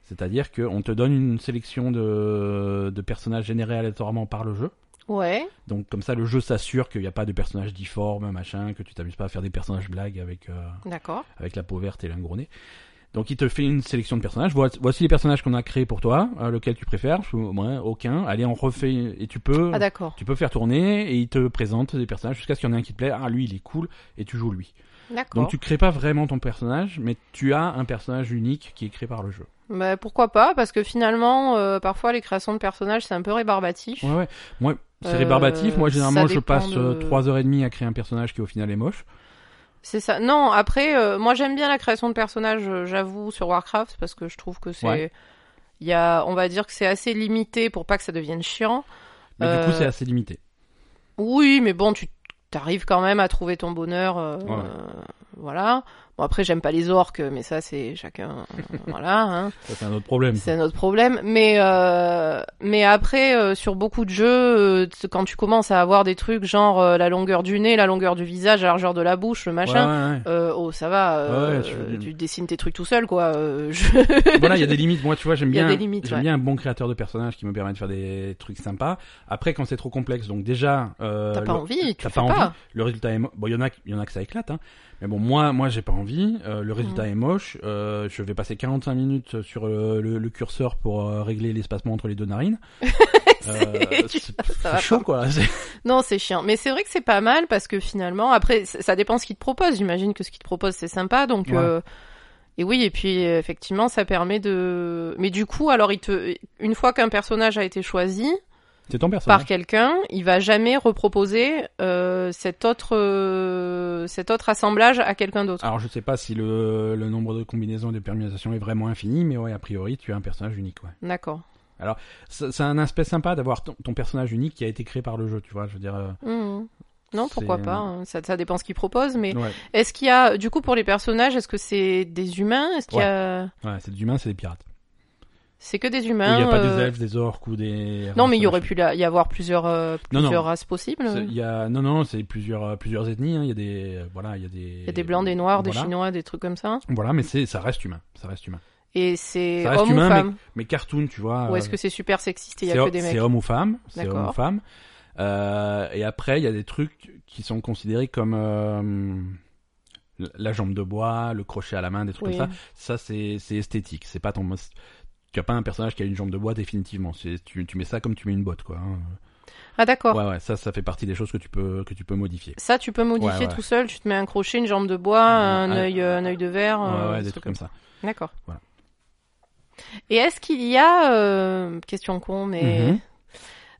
C'est-à-dire que on te donne une sélection de, de personnages générés aléatoirement par le jeu. Ouais. Donc comme ça, le jeu s'assure qu'il n'y a pas de personnages difformes, machin, que tu t'amuses pas à faire des personnages blagues avec euh, D'accord. avec la peau verte et le gros nez. Donc il te fait une sélection de personnages. Voi- Voici les personnages qu'on a créés pour toi. euh, lequel tu préfères Je- Moi, aucun. Allez, on refait et tu peux. Ah, d'accord. Tu peux faire tourner et il te présente des personnages jusqu'à ce qu'il y en ait un qui te plaît. Ah, lui, il est cool et tu joues lui. D'accord. Donc tu crées pas vraiment ton personnage, mais tu as un personnage unique qui est créé par le jeu. Bah, pourquoi pas Parce que finalement, euh, parfois, les créations de personnages, c'est un peu rébarbatif. Ouais, ouais. Moi, c'est Euh, rébarbatif. Moi, ça généralement, je dépend passe de- euh, trois heures et demie à créer un personnage qui au final est moche. C'est ça. Non, après, euh, moi j'aime bien la création de personnages, euh, j'avoue, sur Warcraft, parce que je trouve que Ouais. c'est. Il y a, on va dire que c'est assez limité pour pas que ça devienne chiant. Mais du Euh, coup, c'est assez limité. Oui, mais bon, tu t'arrives quand même à trouver ton bonheur. euh, Ouais. euh, voilà. Bon, après, j'aime pas les orques, mais ça, c'est chacun. euh, voilà. Hein. Ça, c'est un autre problème. C'est un autre problème. Mais, euh, mais après, euh, sur beaucoup de jeux, euh, t- quand tu commences à avoir des trucs genre euh, la longueur du nez, la longueur du visage, la largeur de la bouche, le Ouais, machin. ouais, ouais. Euh, oh, ça va. euh, Ouais, tu veux dire- tu dessines tes trucs tout seul, quoi. euh, je- voilà, il y a des limites. Moi, tu vois, j'aime Il y a bien, des limites, j'aime ouais. bien un bon créateur de personnages qui me permet de faire des trucs sympas. Après, quand c'est trop complexe, donc déjà, euh, T'as pas le- envie, tu t'as pas le fais envie. pas. le résultat est mo- bon il y en a il y en a que ça éclate hein mais bon moi moi j'ai pas envie Euh, le résultat est moche Euh, je vais passer 45 minutes sur euh, le, le curseur pour euh, régler l'espacement entre les deux narines Euh, c'est va c'est chaud quoi C'est- Non, c'est chiant. Mais c'est vrai que c'est pas mal parce que finalement, après, c- ça dépend ce qu'ils te proposent. J'imagine que ce qu'ils te proposent, c'est sympa. Donc, Ouais. euh, et oui, et puis euh, effectivement, ça permet de. Mais du coup, alors, il te... une fois qu'un personnage a été choisi c'est hein. ton personnage par quelqu'un, il va jamais reproposer euh, cet autre euh, cet autre assemblage à quelqu'un d'autre. alors je sais pas si le, le nombre de combinaisons de permutations est vraiment infini mais ouais a priori tu as un personnage unique ouais D'accord. c'est c'est un aspect sympa d'avoir ton, ton personnage unique qui a été créé par le jeu tu vois je veux dire euh, Mhm. Non, pourquoi C'est- pas. hein. Ça, ça dépend ce qu'ils proposent, mais. ouais Est-ce qu'il y a, du coup, pour les personnages, est-ce que c'est des humains Est-ce qu'il y a, ouais c'est des humains c'est des pirates c'est que des Ou humains il y a pas euh, des elfes des orques ou des Non, mais il y aurait pu la- y avoir plusieurs, euh, Non, non. plusieurs races possibles. C'est- Il y a non non c'est plusieurs euh, plusieurs ethnies hein. il y a des euh, voilà il y a des Il y a des blancs, des noirs, des Voilà. chinois, des trucs comme ça. voilà mais c'est ça reste humain ça reste humain Et c'est Ça reste homme humain, ou mais- femme mais cartoon tu vois Ou est-ce euh, que c'est super sexiste et il y c'est a ho- que des c'est mecs homme ou femme c'est homme D'accord. ou femme Euh, et après il y a des trucs qui sont considérés comme euh, la- la jambe de bois le crochet à la main des trucs Oui. comme ça ça c'est c'est esthétique c'est pas ton mos- tu as pas un personnage qui a une jambe de bois définitivement c'est tu, tu mets ça comme tu mets une botte quoi hein. Ah d'accord. ouais ouais ça ça fait partie des choses que tu peux que tu peux modifier Ça, tu peux modifier Ouais, ouais. tout seul. Tu te mets un crochet, une jambe de bois, un Ah. œil, euh, un œil de verre. ouais, euh, ouais, ce des trucs truc comme ça D'accord. Voilà. Et est-ce qu'il y a euh, question con mais Mhm.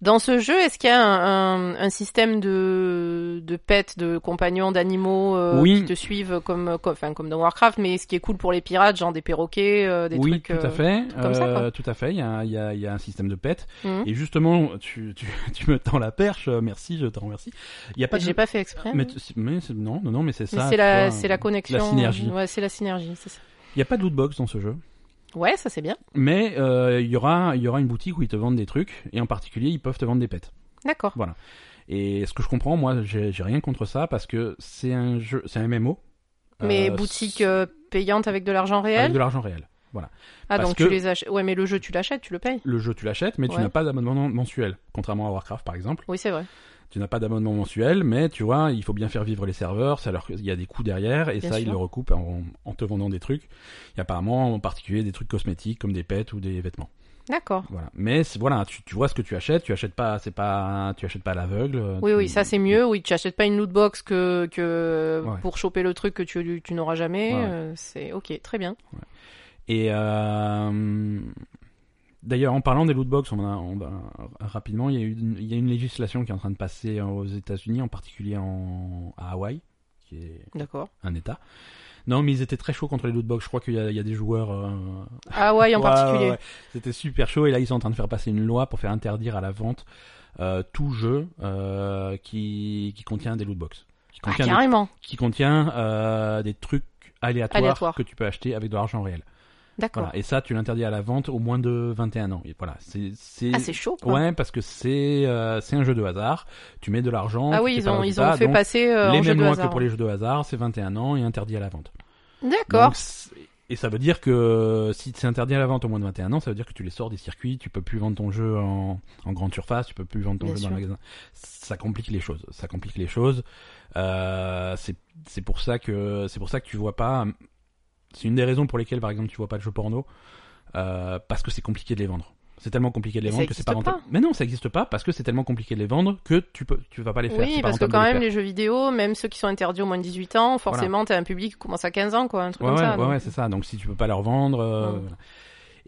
Dans ce jeu, est-ce qu'il y a un, un- un système de, de pets, de compagnons, d'animaux euh, Oui. qui te suivent comme, comme, enfin, comme dans Warcraft, mais ce qui est cool pour les pirates, genre des perroquets, euh, des oui, trucs... tout à euh, fait. comme ça, quoi. Euh, tout à fait. Il y a, un- il y a- il y a un système de pet. Mhm. Et justement, tu, tu, tu me tends la perche. euh, Merci, je te remercie. Il y a pas. J'ai De... pas fait exprès. Mais, tu- mais c'est- non, non, non, mais c'est Mais ça. c'est tu la, vois. c'est la connexion. synergie. Ouais, c'est la synergie, c'est ça. Il y a pas de loot box dans ce jeu. Ouais, ça c'est bien. Mais euh, il y aura, il y aura une boutique où ils te vendent des trucs. Et en particulier, ils peuvent te vendre des pets. D'accord. Et ce que je comprends, moi, j'ai j'ai rien contre ça parce que c'est un jeu, c'est un MMO. Mais euh, boutique euh, payante avec de l'argent avec réel de l'argent réel. Ah, parce donc que- tu les achètes. Ouais, mais le jeu, tu l'achètes, tu le payes. Le jeu, tu l'achètes, mais tu Ouais. n'as pas d'abonnement mensuel, contrairement à Warcraft, par exemple. Oui, c'est vrai. tu n'as pas d'abonnement mensuel, mais tu vois, il faut bien faire vivre les serveurs, ça leur, il y a des coûts derrière, et Bien ça, sûr. ils le recoupent en, en te vendant des trucs. Et apparemment, en particulier, des trucs cosmétiques comme des pets ou des vêtements. D'accord. Voilà. Mais c'est- voilà, tu, tu vois ce que tu achètes, tu achètes pas, c'est pas, tu achètes pas à l'aveugle. Oui, tu- oui, ça c'est mieux. Oui, tu achètes pas une loot box que, que Ouais. pour choper le truc que tu, tu n'auras jamais. Ouais, ouais. euh, c'est ok, très bien. Et euh, d'ailleurs, en parlant des lootbox, on en a, on a- rapidement, il y a, une, il y a une législation qui est en train de passer aux États-Unis, en particulier en, à Hawaï, qui est D'accord. un État. Non, mais ils étaient très chauds contre les lootbox. Je crois qu'il y, a- il y a des joueurs euh, Ah ouais, en Ouais, particulier. ouais, ouais. C'était super chaud et là ils sont en train de faire passer une loi pour faire interdire à la vente euh, tout jeu euh, qui, qui contient des lootbox, qui Ah, contient, des, carrément. qui contient euh, des trucs aléatoires Aléatoires. que tu peux acheter avec de l'argent réel. D'accord. Voilà. Et ça tu l'interdis à la vente au moins de 21 ans. Et voilà, c'est c'est Ah, c'est chaud. Quoi. ouais parce que c'est euh, c'est un jeu de hasard. Tu mets de l'argent. Ah tu oui, fais ils pas le ont, ils ont résultat, fait donc passer euh, les en jeu mêmes de lois hasard. que pour les jeux de hasard, c'est 21 ans et interdit à la vente. D'accord. Donc, c'est- et ça veut dire que si c'est interdit à la vente au moins de 21 ans, ça veut dire que tu les sors des circuits, tu peux plus vendre ton jeu en, en grande surface, tu peux plus vendre ton Bien jeu dans sûr. le magasin. Ça complique les choses. Ça complique les choses. Euh, c'est c'est pour ça que c'est pour ça que tu vois pas. C'est une des raisons pour lesquelles, par exemple, tu vois pas de jeux porno euh, parce que c'est compliqué de les vendre. C'est tellement compliqué de les Mais ça vendre que c'est pas existe rentable. Mais non, ça n'existe pas parce que c'est tellement compliqué de les vendre que tu peux tu vas pas les faire. Oui, c'est pas parce que rentable quand de les même, faire. les jeux vidéo, même ceux qui sont interdits au moins de 18 ans, forcément, t'as un public qui commence à 15 ans, quoi, un truc Ouais, comme ouais, ça. ouais, donc. ouais, c'est ça. Donc si tu peux pas leur vendre. euh, Mm. voilà.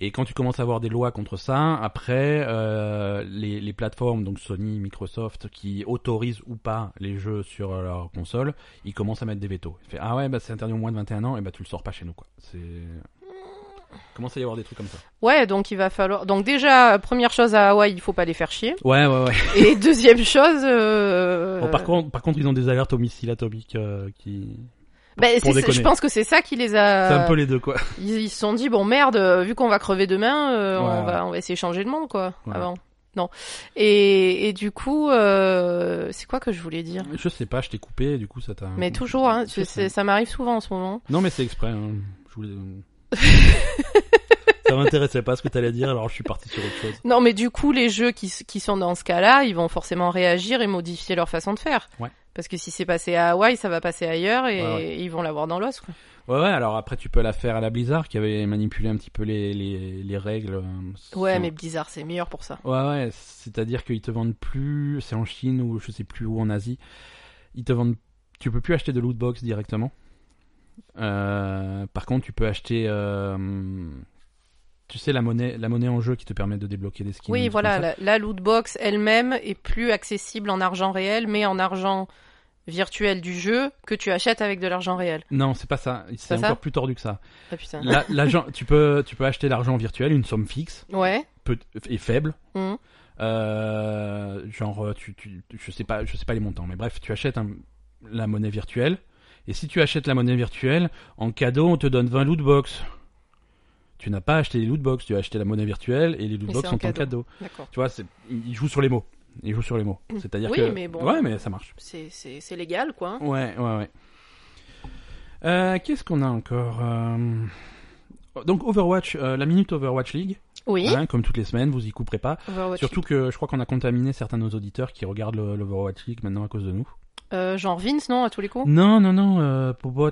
Et quand tu commences à avoir des lois contre ça, après euh, les, les plateformes, donc Sony, Microsoft, qui autorisent ou pas les jeux sur euh, leur console, ils commencent à mettre des veto. Ils font, ah ouais, bah c'est interdit au moins de 21 ans, et bah tu le sors pas chez nous quoi. C'est commence à y avoir des trucs comme ça. Ouais, donc il va falloir. Donc déjà, première chose à Hawaï, il faut pas les faire chier. Ouais, ouais, ouais. Et deuxième chose. euh, Bon, par contre, par contre, ils ont des alertes aux missiles atomiques euh, qui. pour ben, c'est- c'est- déconner. je pense que c'est ça qui les a. C'est un peu les deux quoi. Ils ils se sont dit bon merde, euh, vu qu'on va crever demain, euh, on Ouais. va on va essayer de changer le monde quoi. Ouais. Avant. Non. Et et du coup, euh, c'est quoi que je voulais dire Je sais pas, je t'ai coupé, du coup ça t'a. Mais toujours, hein, C'est c'est- c'est- ça m'arrive souvent en ce moment. Non, mais c'est exprès. hein. Je voulais... euh, ça m'intéressait pas ce que t'allais dire, alors je suis parti sur autre chose. Non, mais du coup, les jeux qui s- qui sont dans ce cas-là, ils vont forcément réagir et modifier leur façon de faire. Ouais. Parce que si c'est passé à Hawaï, ça va passer ailleurs et Ouais, ouais. ils vont l'avoir dans l'os. quoi. Ouais, ouais, alors après, tu peux la faire à la Blizzard qui avait manipulé un petit peu les, les, les règles. euh, Ouais, sur- mais Blizzard, c'est meilleur pour ça. Ouais, ouais, c'est-à-dire qu'ils te vendent plus, c'est en Chine ou je sais plus où en Asie, ils te vendent, tu peux plus acheter de loot box directement. Euh, par contre, tu peux acheter, euh, tu sais, la monnaie, la monnaie en jeu qui te permet de débloquer des skins. des Oui, trucs voilà, comme ça. la, la loot box elle-même est plus accessible en argent réel, mais en argent virtuel du jeu que tu achètes avec de l'argent réel. Non, c'est pas ça, c'est ça encore plus tordu que ça. Ah putain. La- L'argent, tu peux, tu peux acheter l'argent virtuel, une somme fixe Ouais. peu, et faible. Mhm. Euh, genre, tu, tu, je sais pas, je sais pas les montants, mais bref, tu achètes un- la monnaie virtuelle. Et si tu achètes la monnaie virtuelle, en cadeau, on te donne 20 loot box. Tu n'as pas acheté les loot box, tu as acheté la monnaie virtuelle et les loot Mais box c'est sont un en cadeau. cadeau. D'accord. Tu vois, c'est- ils jouent sur les mots. Ils jouent sur les mots. C'est-à-dire Mmh. Oui, que. mais bon. Ouais, mais ça marche. C'est, c'est, c'est légal, quoi. Ouais, ouais, ouais. Euh, Qu'est-ce qu'on a encore Euh, Donc Overwatch, euh, la minute Overwatch League, Oui. hein, comme toutes les semaines, vous y couperez pas. Overwatch. Surtout que je crois qu'on a contaminé certains de nos auditeurs qui regardent le- l'Overwatch League maintenant à cause de nous. Euh, genre Vince, non, à tous les coups Non, non, non, euh, Popot.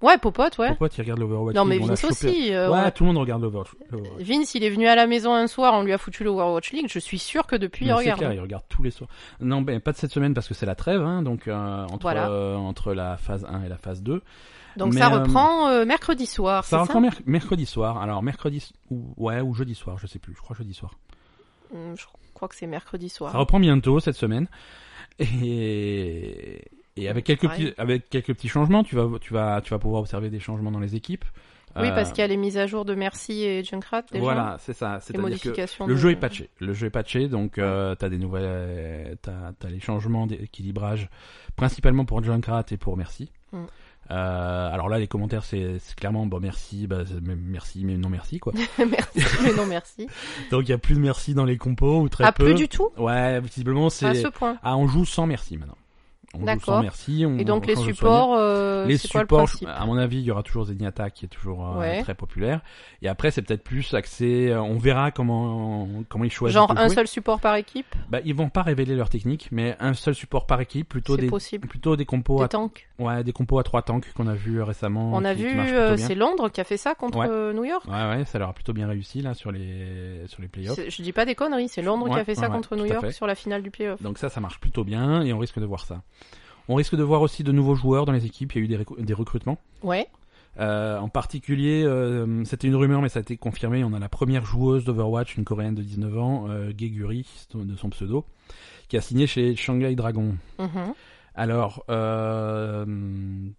Ouais, Popote, Oh. ouais. Popot, il regarde l'Overwatch non, League. mais on l'a Vince chopé. aussi. euh, Ouais, ouais. tout le monde regarde l'Overwatch l'Overwatch. Vince, il est venu à la maison un soir, on lui a foutu le Overwatch League. Je suis sûr que depuis, Mais il C'est regarde. clair, il regarde tous les soirs. Non, ben, pas de cette semaine parce que c'est la trêve, hein, donc euh, entre, Voilà. euh, entre la phase 1 et la phase 2. Donc Mais, ça euh, reprend euh, mercredi soir. Ça c'est reprend merc- mercredi soir. Alors mercredi s- ou ouais ou jeudi soir, je sais plus. Je crois jeudi soir. Hum, Je crois que c'est mercredi soir. Ça reprend bientôt cette semaine. Et, et avec quelques Ouais. petits, avec quelques petits changements, tu vas, tu vas, tu vas pouvoir observer des changements dans les équipes. Oui, Euh, parce qu'il y a les mises à jour de Merci et Junkrat déjà. voilà, c'est ça. Les C'est-à-dire que modifications. le de- jeu est patché. Le jeu est patché, donc euh, t'as des nouvelles, t'as t'as les changements d'équilibrage, principalement pour Junkrat et pour Merci. Mm. Euh, alors là, les commentaires, c'est c'est clairement bon merci, bah, c'est- mais merci, mais non merci quoi. merci, mais non merci. donc il y a plus de merci dans les compos ou très ah, peu. plus du tout Ouais, visiblement À c'est. ce point. Ah, on joue sans merci maintenant. On joue D'accord. sans merci. On, Et donc on les change de supports, euh, soigner. les c'est quoi le supports, principe je- à mon avis, il y aura toujours Zenyatta qui est toujours euh, Ouais. très populaire. Et après, c'est peut-être plus axé. euh, On verra comment comment ils choisissent. Genre de un jouer. seul support par équipe, Bah, ils vont pas révéler leur technique, mais un seul support par équipe, plutôt c'est des possible. plutôt des compos Des à tanks. ouais, des compos à trois tanks qu'on a vu euh, récemment. On a qui- qui vu, marchent plutôt euh, bien. c'est Londres qui a fait ça contre Ouais. euh, New York. Ouais, ouais, ça leur a plutôt bien réussi là sur les sur les playoffs. C'est- Je dis pas des conneries, c'est Londres qui Ouais, a fait ça ouais, ouais, contre tout New à York fait. sur la finale du playoff. Donc ça, ça marche plutôt bien et on risque de voir ça. On risque de voir aussi de nouveaux joueurs dans les équipes. Il y a eu des, récu- des recrutements. Ouais, Euh, en particulier, euh, c'était une rumeur, mais ça a été confirmé. On a la première joueuse d'Overwatch, une coréenne de 19 ans, euh, Geguri, de son pseudo, qui a signé chez Shanghai Dragon. Mhm. Alors, euh,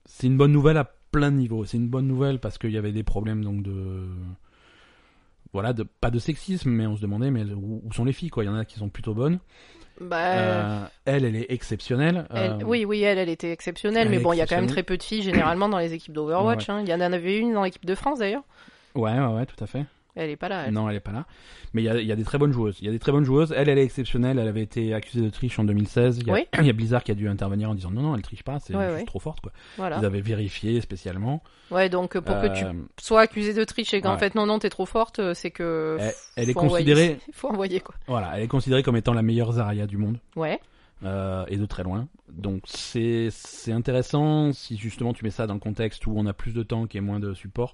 c'est une bonne nouvelle à plein de niveaux. C'est une bonne nouvelle parce qu'il y avait des problèmes donc de voilà, de, pas de sexisme, mais on se demandait mais où, où sont les filles quoi. Il y en a qui sont plutôt bonnes. bah, Euh, elle, elle est exceptionnelle. elle- Euh, oui, oui, elle, elle était exceptionnelle, elle mais est bon, il y a quand même très exceptionnelle. peu de filles généralement dans les équipes d'Overwatch. hein. Il y en avait une dans l'équipe de France d'ailleurs. Ouais, ouais, ouais, tout à fait. Elle est pas là. elle. Non, elle est pas là. Mais il y a, il y a des très bonnes joueuses. Il y a des très bonnes joueuses. Elle, elle est exceptionnelle. Elle avait été accusée de triche en 2016. Il y a, Oui. il y a Blizzard qui a dû intervenir en disant non, non, elle triche pas. C'est Ouais, juste ouais. trop forte quoi. Voilà. Ils avaient vérifié spécialement. Ouais, donc euh, pour que tu Euh, sois accusée de triche et qu'en Ouais. fait non, non, t'es trop forte, euh, c'est que. Elle- faut elle est envoyer- considérée- faut envoyer quoi. Voilà, elle est considérée comme étant la meilleure Zarya du monde. Ouais. euh, et de très loin. Donc c'est c'est intéressant si justement tu mets ça dans le contexte où on a plus de tanks et moins de support.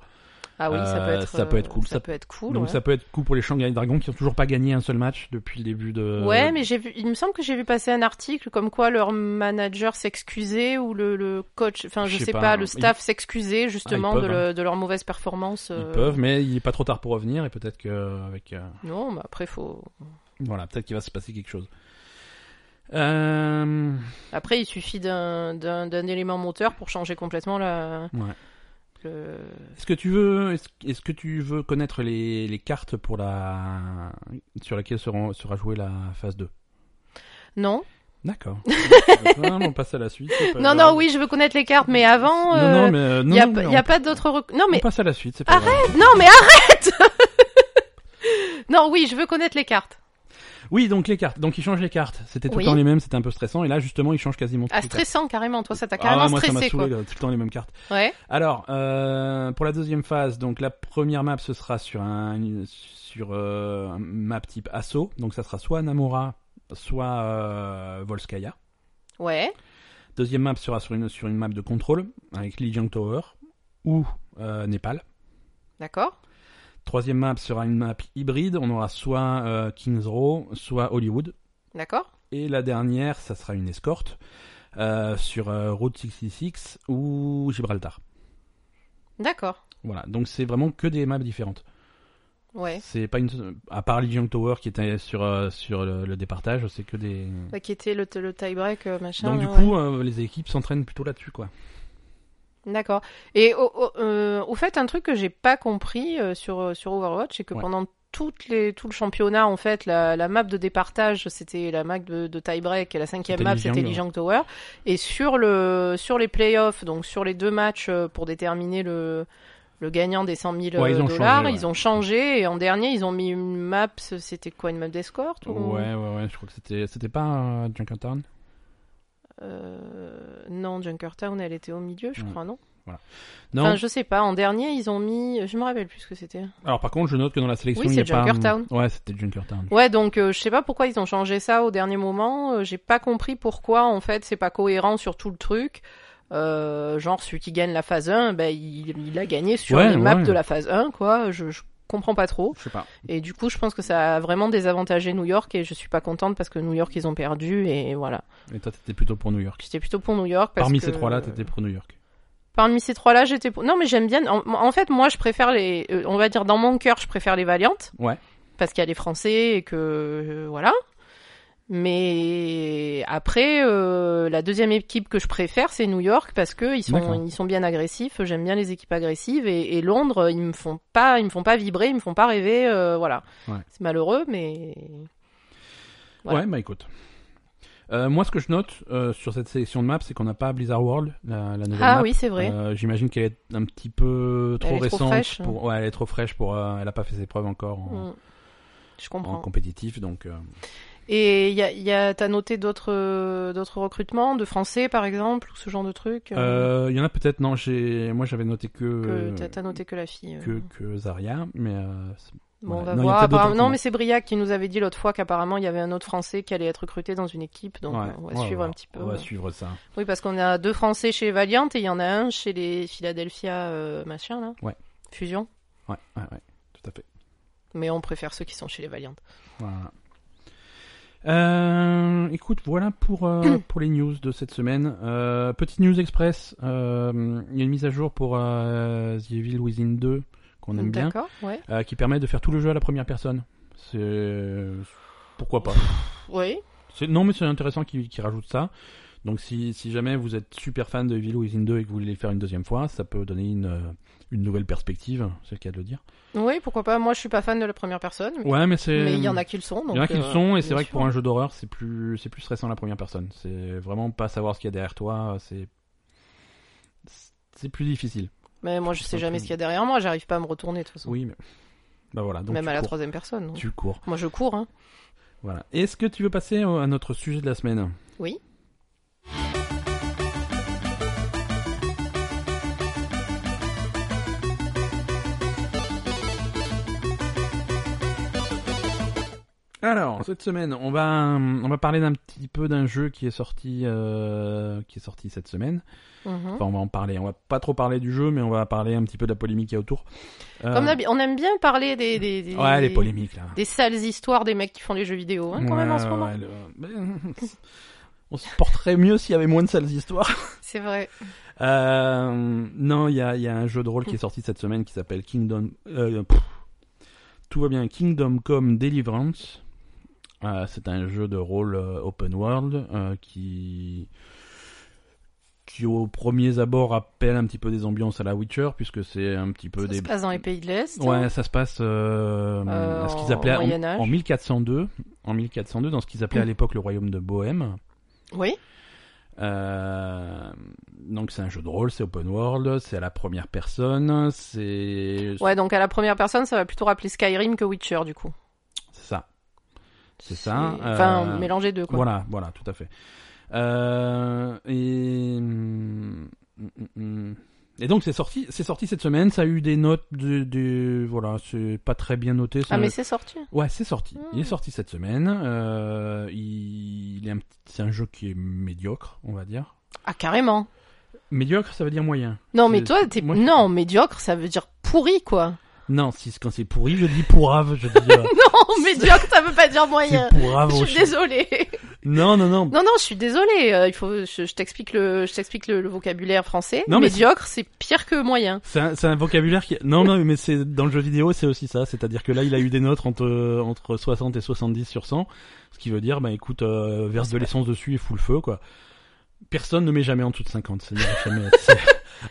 Ah oui, ça peut Euh, être. ça peut être cool, Ça, ça- peut être cool. Donc ouais. ça peut être cool pour les Shanghai Dragons qui ont toujours pas gagné un seul match depuis le début de. Ouais, mais j'ai vu. Il me semble que j'ai vu passer un article comme quoi leur manager s'excusait ou le, le coach, enfin je, Je sais sais pas, pas, hein. le ils- staff s'excusait justement Ah, ils de, peuvent, le- de leur mauvaise performance. Ils euh, peuvent, mais il est pas trop tard pour revenir et peut-être que avec euh, Non, mais après faut. voilà peut-être qu'il va se passer quelque chose. Euh, Après, il suffit d'un d'un d'un élément moteur pour changer complètement la. Ouais. le- Est-ce que tu veux est-ce est-ce que tu veux connaître les, les cartes pour la sur laquelle seront, sera jouée la phase 2 Non. D'accord. non, non, on passe à la suite. c'est pas Non, grave. non, oui, je veux connaître les cartes, mais avant. Non, euh, non, mais euh, non, Il y a, non, pas- mais y a on- pas d'autres rec- Non On mais passe à la suite, c'est pas Arrête grave. non mais arrête. non oui, je veux connaître les cartes. Oui, donc les cartes. Donc ils changent les cartes. C'était tout Oui. le temps les mêmes, c'était un peu stressant. Et là, justement, ils changent quasiment toutes Ah les cartes. stressant carrément, toi ça t'a Ah, carrément moi, ça m'a stressé quoi. saoulé, là, tout le temps les mêmes cartes. Ouais. Alors, euh, pour la deuxième phase, donc la première map, ce sera sur un sur euh, un map type assaut. Donc ça sera soit Namora, soit euh, Volskaya. Ouais. Deuxième map sera sur une sur une map de contrôle avec Lijiang Tower ou euh, Népal. D'accord. Troisième map sera une map hybride. On aura soit euh, Kings Row, soit Hollywood. D'accord. Et la dernière, ça sera une escorte euh, sur euh, Route 666 ou Gibraltar. D'accord. Voilà, donc c'est vraiment que des maps différentes. Ouais. C'est pas une à part Legion Tower qui était sur euh, sur le, le départage, c'est que des. Bah, qui était le, le tie break machin. donc du ouais. coup, euh, les équipes s'entraînent plutôt là-dessus, quoi. D'accord. Et au, au- euh, au fait, un truc que j'ai pas compris euh, sur, euh, sur Overwatch, c'est que Ouais. pendant toutes les, tout le championnat, en fait, la, la map de départage, c'était la map de, de tie-break, et la cinquième C'était map, Lijiang, c'était ouais. Lijiang Tower. Et sur, le, sur les playoffs, donc sur les deux matchs euh, pour déterminer le, le gagnant des 100 000 Ouais, ils ont dollars, changé, ouais. ils ont changé, et en dernier, ils ont mis une map, c'était quoi, une map d'escorte ou- Ouais, ouais, ouais. Je crois que c'était c'était pas euh, Junkertown. Euh, non, Junkertown, elle était au milieu, je Ouais. crois, non Mm. Non. Enfin, je sais pas. En dernier, ils ont mis. Je me rappelle plus ce que c'était. Alors par contre, je note que dans la sélection, Oui, il y a c'est pas. Junkertown. Ouais, c'était Junkertown. Ouais, donc euh, je sais pas pourquoi ils ont changé ça au dernier moment. euh, J'ai pas compris pourquoi en fait c'est pas cohérent sur tout le truc. Euh, genre celui qui gagne la phase 1, ben il, il a gagné sur Ouais, les maps ouais. de la phase 1, quoi. Je, je comprends pas trop. Je sais pas. Et du coup, je pense que ça a vraiment désavantagé New York et je suis pas contente parce que New York ils ont perdu et voilà. Et toi, t'étais plutôt pour New York. J'étais plutôt pour New York parce Parmi que- euh, ces trois-là, t'étais pour New York. Parmi ces trois-là, j'étais pour. Non, mais j'aime bien. En, en fait, moi, je préfère les. euh, On va dire dans mon cœur, je préfère les Valiantes. Ouais. Parce qu'il y a les Français et que euh, voilà. Mais après, euh, la deuxième équipe que je préfère, c'est New York parce que ils D'accord. sont, ils sont bien agressifs. J'aime bien les équipes agressives et, et Londres, ils me font pas, ils me font pas vibrer, ils me font pas rêver. euh, voilà, Ouais. c'est malheureux, mais Ouais, Voilà. bah écoute. Euh, moi, ce que je note euh, sur cette sélection de maps, c'est qu'on n'a pas Blizzard World, la, la nouvelle ah map. oui, c'est vrai. Euh, J'imagine qu'elle est un petit peu trop Elle est trop récente. fraîche. hein. pour... ouais, elle est trop fraîche pour. euh, elle a pas fait ses preuves encore en, Mm. Je en comprends. compétitif, donc. euh, Et il y a, il y a, t'as noté d'autres, euh, d'autres recrutements de Français par exemple ou ce genre de truc. euh, Euh, Il y en a peut-être, non, j'ai... moi j'avais noté que. que t'as, t'as noté que la fille. euh. Euh, que, que Zarya, mais. euh, c'est- Bon, voilà. on va Non, il y a voir. peut-être d'autres Apparemment- Non, recrutements. mais c'est Briac qui nous avait dit l'autre fois qu'apparemment il y avait un autre Français qui allait être recruté dans une équipe, donc ouais, euh, on va ouais, suivre ouais, un petit peu. On va suivre ça. Oui, parce qu'on a deux Français chez Valiant et il y en a un chez les Philadelphia euh, machin là. Ouais. Fusion. Ouais, ouais, ouais, tout à fait. Mais on préfère ceux qui sont chez les Valiant. Voilà. Euh, écoute, voilà pour, euh, pour les news de cette semaine. Euh, petite news express, euh, il y a une mise à jour pour euh, The Evil Within 2 qu'on aime bien, D'accord. Ouais. euh, qui permet de faire tout le jeu à la première personne. C'est pourquoi pas. Oui. C'est- Non, mais c'est intéressant qu'ils qu'ils rajoutent ça. Donc, si, si jamais vous êtes super fan de Evil Within 2 et que vous voulez le faire une deuxième fois, ça peut donner une, euh, une nouvelle perspective, c'est le cas de le dire. Oui, pourquoi pas. Moi, je suis pas fan de la première personne, Ouais, mais c'est. mais il y en a qui le sont. Euh, Il donc, y en a qui le euh, sont, et bien c'est vrai que sûr. pour un jeu d'horreur, c'est plus, c'est plus stressant la première personne. C'est vraiment pas savoir ce qu'il y a derrière toi, c'est. C'est plus difficile. Mais moi, je C'est sais un jamais peu- ce qu'il y a derrière moi. J'arrive pas à me retourner de toute façon. Oui, mais. Bah voilà, donc Même tu, à la cours, troisième personne. donc. tu cours. Moi, je cours. Hein. Voilà. Est-ce que tu veux passer au- à notre sujet de la semaine Oui. Alors, cette semaine, on va, on va parler d'un petit peu d'un jeu qui est sorti, euh, qui est sorti cette semaine. Mhm. Enfin, on va en parler. On va pas trop parler du jeu, mais on va parler un petit peu de la polémique qu'il y a autour. Euh, Comme d'hab- on aime bien parler des, des, des- Ouais, les polémiques, là. des sales histoires des mecs qui font les jeux vidéo, hein, quand même, en ce Ouais, moment. ouais, le- ben, On se porterait mieux s'il y avait moins de sales histoires. C'est vrai. Euh, non, il y a, il y a un jeu de rôle qui est sorti cette semaine qui s'appelle Kingdom. euh, pff, tout va bien, Kingdom Come Deliverance. Euh, c'est un jeu de rôle euh, open world euh, qui qui aux premiers abords rappelle un petit peu des ambiances à la Witcher puisque c'est un petit peu Ça des se passe dans les pays de l'Est. Ouais, ça se passe euh, Euh, à ce qu'ils en- appelaient au Moyen Âge. en, en 1402, en 1402 dans ce qu'ils appelaient à Mm. l'époque le royaume de Bohème. Oui. Euh, donc c'est un jeu de rôle, c'est open world, c'est à la première personne, c'est Ouais, donc à la première personne, ça va plutôt rappeler Skyrim que Witcher, du coup. c'est ça. C'est ça, C'est- Enfin, euh, mélanger deux, quoi. Voilà, voilà, tout à fait. Euh, et hum, hum, hum. et donc c'est sorti, c'est sorti cette semaine. Ça a eu des notes, de, de- voilà, c'est pas très bien noté. ça- Ah, mais c'est sorti. Ouais, c'est sorti. Il est Mm. sorti cette semaine. Euh, il il est un petit- c'est un jeu qui est médiocre, on va dire. Ah, carrément. Médiocre, ça veut dire moyen. Non, mais C'est- toi, t'es. moi, je- Non, médiocre, ça veut dire pourri, quoi. Non, si quand c'est pourri, je dis pourrave, je dis euh, Non, médiocre, ça veut pas dire moyen. c'est pourrave. Je oh, suis je- désolée. Non, non, non. Non, non, je suis désolée. euh, il faut, je, je t'explique le, je t'explique le, le vocabulaire français. Non, mais Médiocre, c'est pire que moyen. C'est un, c'est un vocabulaire qui. Non, non, mais c'est dans le jeu vidéo, c'est aussi ça. C'est-à-dire que là, il a eu des notes entre entre 60 et 70 sur 100, ce qui veut dire, bah écoute, euh, verse de l'essence dessus et fout le feu, quoi. Personne ne met jamais en dessous de 50. c'est-à-dire jamais- c'est-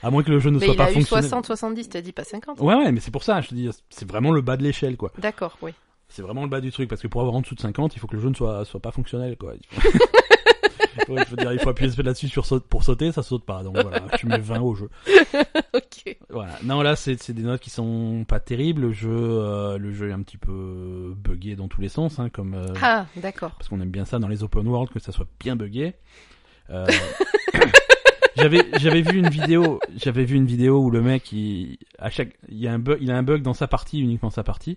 à moins que le jeu ne mais soit il pas a eu fonctionnel. 60, 70, t'as dit pas 50. Ouais, ouais, mais c'est pour ça, je te dis, c'est vraiment le bas de l'échelle, quoi. D'accord, oui. C'est vraiment le bas du truc, parce que pour avoir en dessous de 50, il faut que le jeu ne soit, soit pas fonctionnel, quoi. Il faut, il faut- il faut dire, il faut appuyer là-dessus sur saute- pour sauter, ça saute pas, donc voilà, tu mets 20 au jeu. ok. Voilà. Non, là, c'est c'est des notes qui sont pas terribles, le jeu, euh, le jeu est un petit peu buggé dans tous les sens, hein, comme... euh, Ah, d'accord. parce qu'on aime bien ça dans les open world que ça soit bien buggé. Euh, j'avais j'avais vu une vidéo, j'avais vu une vidéo où le mec il à chaque il y a un bug, il a un bug dans sa partie uniquement sa partie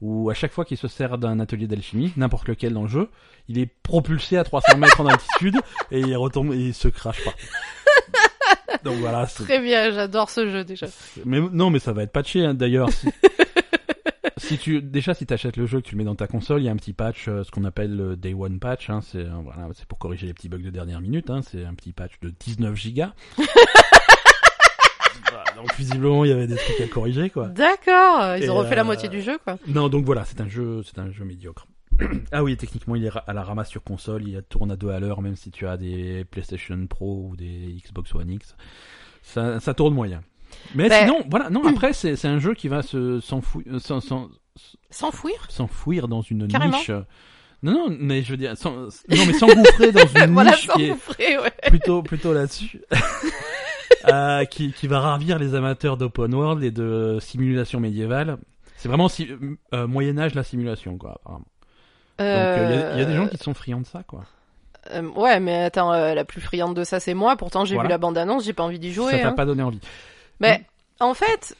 où à chaque fois qu'il se sert d'un atelier d'alchimie, n'importe lequel dans le jeu, il est propulsé à 300 mètres en altitude et il retombe et il se crache pas. Donc voilà, c'est- Très bien, j'adore ce jeu déjà. mais non, mais ça va être patché hein, d'ailleurs. Si... si tu déjà si t'achètes le jeu que tu le mets dans ta console, il y a un petit patch, euh, ce qu'on appelle le day one patch. Hein, c'est euh, voilà, c'est pour corriger les petits bugs de dernière minute. Hein, c'est un petit patch de 19 gigas. Voilà, donc visiblement il y avait des trucs à corriger quoi. D'accord, ils Et ont refait la euh, moitié du jeu, quoi. Non donc voilà, c'est un jeu, c'est un jeu médiocre. Ah oui, techniquement, il est ra- à la ramasse sur console, il tourne à deux à l'heure, même si tu as des PlayStation Pro ou des Xbox One X. Ça, ça tourne moyen. Mais Ben- sinon, voilà, non, après, c'est c'est un jeu qui va se- s'enfou- euh, s'en- s'en- S'enfouir s'enfouir dans une Carrément. niche. Non, non, mais je veux dire, sans- non, mais s'engouffrer dans une Voilà, niche qui est s'engouffrer, ouais. plutôt, plutôt là-dessus. Euh, qui, qui va ravir les amateurs d'open world et de simulation médiévale. C'est vraiment si, euh, Moyen-Âge la simulation, quoi, apparemment. Donc, euh, il y a- il y, a des gens qui sont friands de ça, quoi. Euh, ouais, mais attends, euh, la plus friande de ça, c'est moi. Pourtant, j'ai Voilà. vu la bande-annonce, j'ai pas envie d'y ça jouer. t'a hein. pas donné envie. Mais en fait.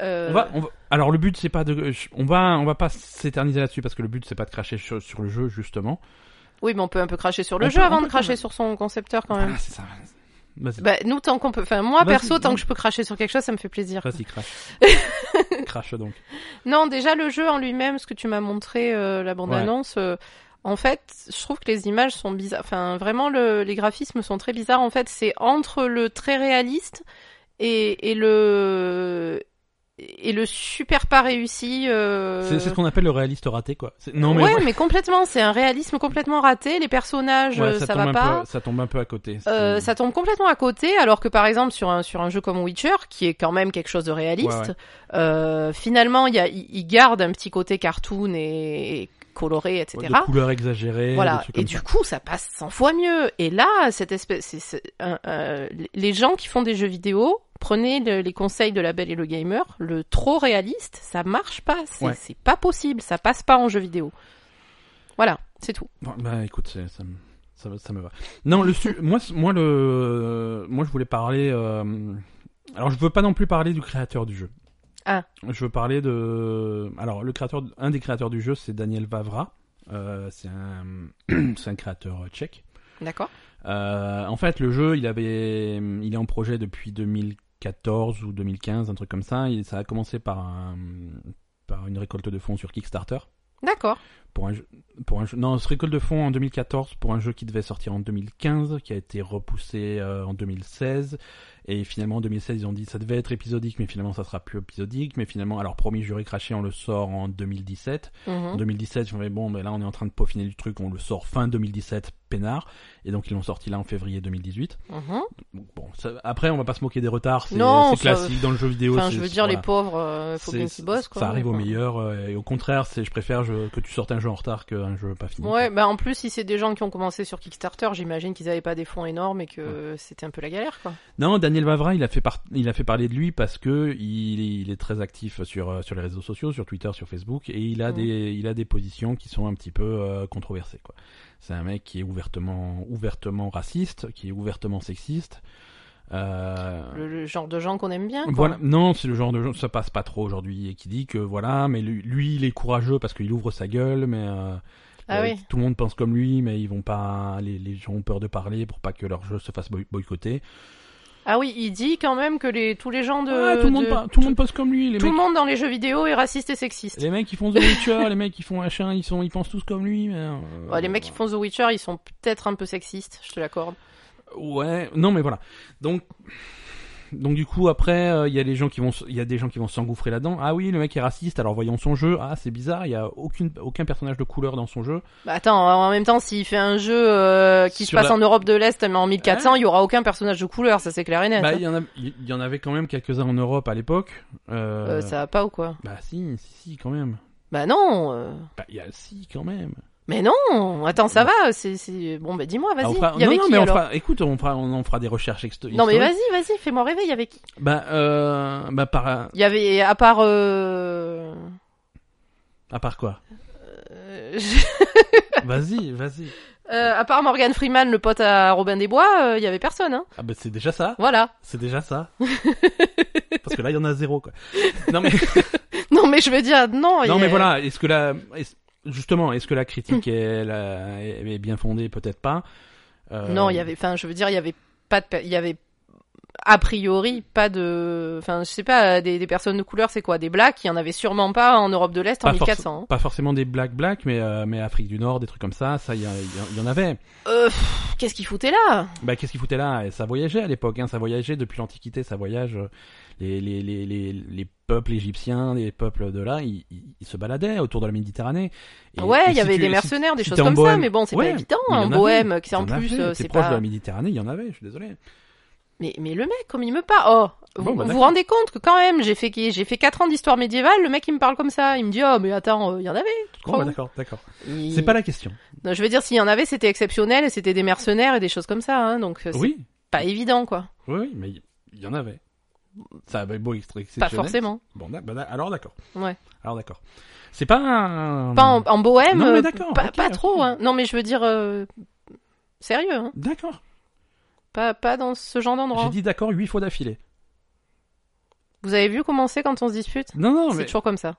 euh, On va, on va- Alors le but c'est pas de, je- on va, on va pas s'éterniser là-dessus parce que le but c'est pas de cracher sur, sur le jeu justement. Oui, mais on peut un peu cracher sur le On jeu peut- on avant peut de quand cracher même. sur son concepteur quand même. Voilà, Ah, c'est ça. Vas-y, Bah, nous, tant qu'on peut. Enfin, moi, Vas-y, perso, tant oui. que je peux cracher sur quelque chose, ça me fait plaisir. quoi. vas-y crache. crache donc. Non, déjà, le jeu en lui-même, ce que tu m'as montré, euh, la bande-annonce, euh, en fait, je trouve que les images sont bizarres. Enfin, vraiment, le- les graphismes sont très bizarres. En fait, c'est entre le très réaliste et, et le. Et le super pas réussi. euh, C'est c'est ce qu'on appelle le réaliste raté quoi. C'est- Non mais ouais, mais complètement, c'est un réalisme complètement raté. Les personnages, Ouais, euh, ça, tombe va un pas. peu, ça tombe un peu à côté. C'est- Euh, ça tombe complètement à côté, alors que par exemple sur un sur un jeu comme Witcher, qui est quand même quelque chose de réaliste, Ouais, ouais. euh, finalement il y a- il il garde un petit côté cartoon et, et coloré, etc. Ouais, de couleurs exagérées, des voilà. trucs Et comme du ça. coup ça passe 100 fois mieux. Et là cette espèce, c'est- c'est un- un- les gens qui font des jeux vidéo, prenez le- les conseils de la Belle et le Gamer, le trop réaliste, ça marche pas, c'est Ouais. c'est pas possible, ça passe pas en jeu vidéo. Voilà, c'est tout. Bon, bah écoute, c'est- ça, me- ça, me- ça me va. Non, le su- moi, c- moi, le, moi, je voulais parler. euh, Alors, je veux pas non plus parler du créateur du jeu. Ah. Je veux parler de. Alors, le créateur, un des créateurs du jeu, c'est Daniel Vavra. Euh, c'est un, c'est un créateur tchèque. D'accord. Euh, en fait, le jeu, il avait, il est en projet depuis 2014 ou 2015, un truc comme ça. Et ça a commencé par un, par une récolte de fonds sur Kickstarter D'accord. pour un jeu, pour un jeu, non, ce récolte de fonds en 2014 pour un jeu qui devait sortir en 2015, qui a été repoussé euh, en 2016, et finalement en 2016 ils ont dit ça devait être épisodique, mais finalement ça sera plus épisodique, mais finalement alors promis juré craché on le sort en 2017. En Mhm. 2017 je me bon mais là on est en train de peaufiner du truc, on le sort fin 2017 peinard, et donc ils l'ont sorti là en février 2018. Mhm. Donc, bon, ça- après on va pas se moquer des retards, c'est Non, c'est ça- classique dans le jeu vidéo. Enfin, c'est- je veux dire, voilà. les pauvres, euh, faut C'est- bien qu'ils bossent, quoi. Ça arrive au Enfin. meilleur, euh, et au contraire, c'est je préfère je- que tu sortes un jeu en retard qu'un jeu pas fini. Ouais, bah en plus, si c'est des gens qui ont commencé sur Kickstarter, j'imagine qu'ils avaient pas des fonds énormes et que c'était un peu la galère, quoi. Non, Daniel Vavra, il a fait par- il a fait parler de lui parce que il, il est très actif sur euh, sur les réseaux sociaux, sur Twitter, sur Facebook, et il a Mhm. des il a des positions qui sont un petit peu euh, controversées. Quoi. C'est un mec qui est ouvertement ouvertement raciste, qui est ouvertement sexiste. Euh, Le, le genre de gens qu'on aime bien, quoi. Voilà, non, c'est le genre de gens ça passe pas trop aujourd'hui et qui dit que voilà, mais lui, lui, il est courageux parce qu'il ouvre sa gueule, mais euh, Ah euh, oui. tout le monde pense comme lui, mais ils vont pas, les, les gens ont peur de parler pour pas que leur jeu se fasse boy- boycotter. Ah oui, il dit quand même que les, tous les gens de. Ouais, tout le monde, Euh, de- pa- tout le monde pense comme lui, les tout le mecs. monde dans les jeux vidéo est raciste et sexiste. Les mecs qui font The Witcher, les mecs qui font H1, ils sont, ils pensent tous comme lui. Mais, euh, Ouais, les mecs qui font The Witcher, ils sont peut-être un peu sexistes, je te l'accorde. Ouais, non mais voilà. Donc donc du coup après euh, il y a les gens qui vont s- il y a des gens qui vont s'engouffrer là-dedans. Ah oui, le mec est raciste. Alors voyons son jeu. Ah, c'est bizarre, il y a aucune aucun personnage de couleur dans son jeu. Bah attends, en même temps, s'il fait un jeu euh, qui se Sur passe la- en Europe de l'Est, mais en 1400, il y aura aucun personnage de couleur, ça c'est clair et net. Bah hein. il y en a il y en avait quand même quelques-uns en Europe à l'époque. Euh, Euh, ça va pas ou quoi Bah si, si si quand même. Bah non euh, Bah il y a si quand même. Mais non, attends, ça va, c'est, c'est... Bon, bah dis-moi, Ah, on vas-y. fera- Il y Non avait non qui mais on alors fera écoute, on fera on en fera des recherches exto- Non mais historiques. vas-y, vas-y, fais-moi rêver, il y avait qui Bah euh bah par Il y avait, à part... Euh... à part quoi euh, je- Vas-y, vas-y. euh, à part Morgan Freeman, le pote à Robin des Bois, euh, il y avait personne, hein. Ah bah c'est déjà ça. Voilà. C'est déjà ça. Parce que là, il y en a zéro, quoi. Non, mais, Non mais je veux dire, non. Oh, il y non, mais a- voilà, est-ce que la, est-ce- justement, est-ce que la critique est, la- est bien fondée Peut-être pas. Euh, Non, il y avait... Enfin, je veux dire, il y avait pas de... per- Il y avait... a priori pas de enfin je sais pas des, des personnes de couleur c'est quoi des blacks il y en avait sûrement pas en Europe de l'Est en Pas forc- 1400 hein. Pas forcément des black black, mais euh, mais Afrique du Nord, des trucs comme ça, ça il y, a- il y a- il y en avait. Euh, pff, qu'est-ce qu'ils foutaient là Bah qu'est-ce qu'ils foutaient là Ça voyageait à l'époque, hein, ça voyageait depuis l'Antiquité, ça voyage. euh, Les les les les, les peuples égyptiens, les peuples de là, ils, ils- ils se baladaient autour de la Méditerranée. Et- Ouais et il y si avait tu- des si- mercenaires des si choses t'es en comme ça Bohème- mais bon c'est Ouais, pas évident mais il y en en avait, Bohème qui c'est il y en en plus avait, euh, t'es c'est proche de pas la Méditerranée, il y en avait. Je suis désolé. Mais, mais le mec, comme il me parle, oh, Bon, vous bah, vous d'accord. rendez compte que quand même, j'ai fait, j'ai fait 4 ans d'histoire médiévale, le mec il me parle comme ça, il me dit, oh mais attends, euh, il y en avait. tu Bon, crois bah, où d'accord, d'accord. Il- C'est pas la question. Non, je veux dire, s'il y en avait, c'était exceptionnel et c'était des mercenaires et des choses comme ça, hein, donc euh, c'est Oui, pas évident quoi. oui, oui, mais il il y en avait. Ça avait beau extra- Pas exceptionnel. forcément. Bon, d'ac- bah, d'ac- alors d'accord. Ouais. Alors d'accord. C'est pas un. Pas en, en bohème, Non, mais euh, d'accord, pas, ok, pas ok. trop. Hein. Non mais je veux dire, euh, sérieux, hein. D'accord. pas, pas dans ce genre d'endroit. J'ai dit d'accord huit fois d'affilée. Vous avez vu comment c'est quand on se dispute Non, non, C'est mais toujours comme ça.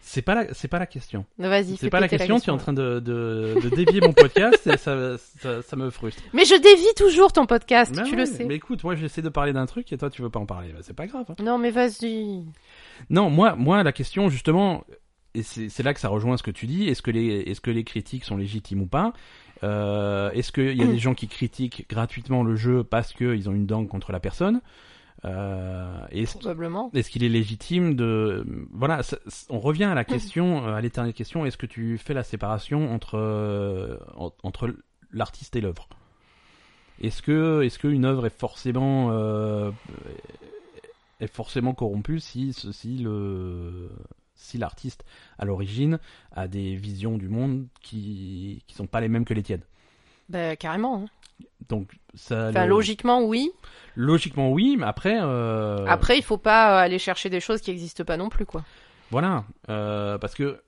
c'est pas la, c'est pas la question. Vas-y, fais C'est pas la péter question. tu es en train de, de, de dévier mon podcast et ça, ça, ça me frustre. Mais je dévie toujours ton podcast, Mais tu ouais, le sais. Mais écoute, moi j'essaie de parler d'un truc et toi tu veux pas en parler. Bah, c'est pas grave. hein. Non mais vas-y. Non, moi, moi, la question justement, et c'est c'est là que ça rejoint ce que tu dis. Est-ce que les, est-ce que les critiques sont légitimes ou pas Euh, Est-ce qu'il y a Mm. des gens qui critiquent gratuitement le jeu parce qu'ils ont une dent contre la personne Euh, Est-ce Probablement. est-ce qu'il est légitime de voilà ça- ça- on revient Mm. à la question euh, à l'éternelle question est-ce que tu fais la séparation entre euh, en- entre l'artiste et l'œuvre est-ce que est-ce qu'une œuvre est forcément euh, est forcément corrompue si ce- si le si l'artiste à l'origine a des visions du monde qui qui sont pas les mêmes que les tiennes Bah carrément. hein. donc ça Enfin, le- logiquement, oui. logiquement oui mais après euh, Après, il faut pas euh, aller chercher des choses qui n'existent pas non plus, quoi. Voilà, euh, parce que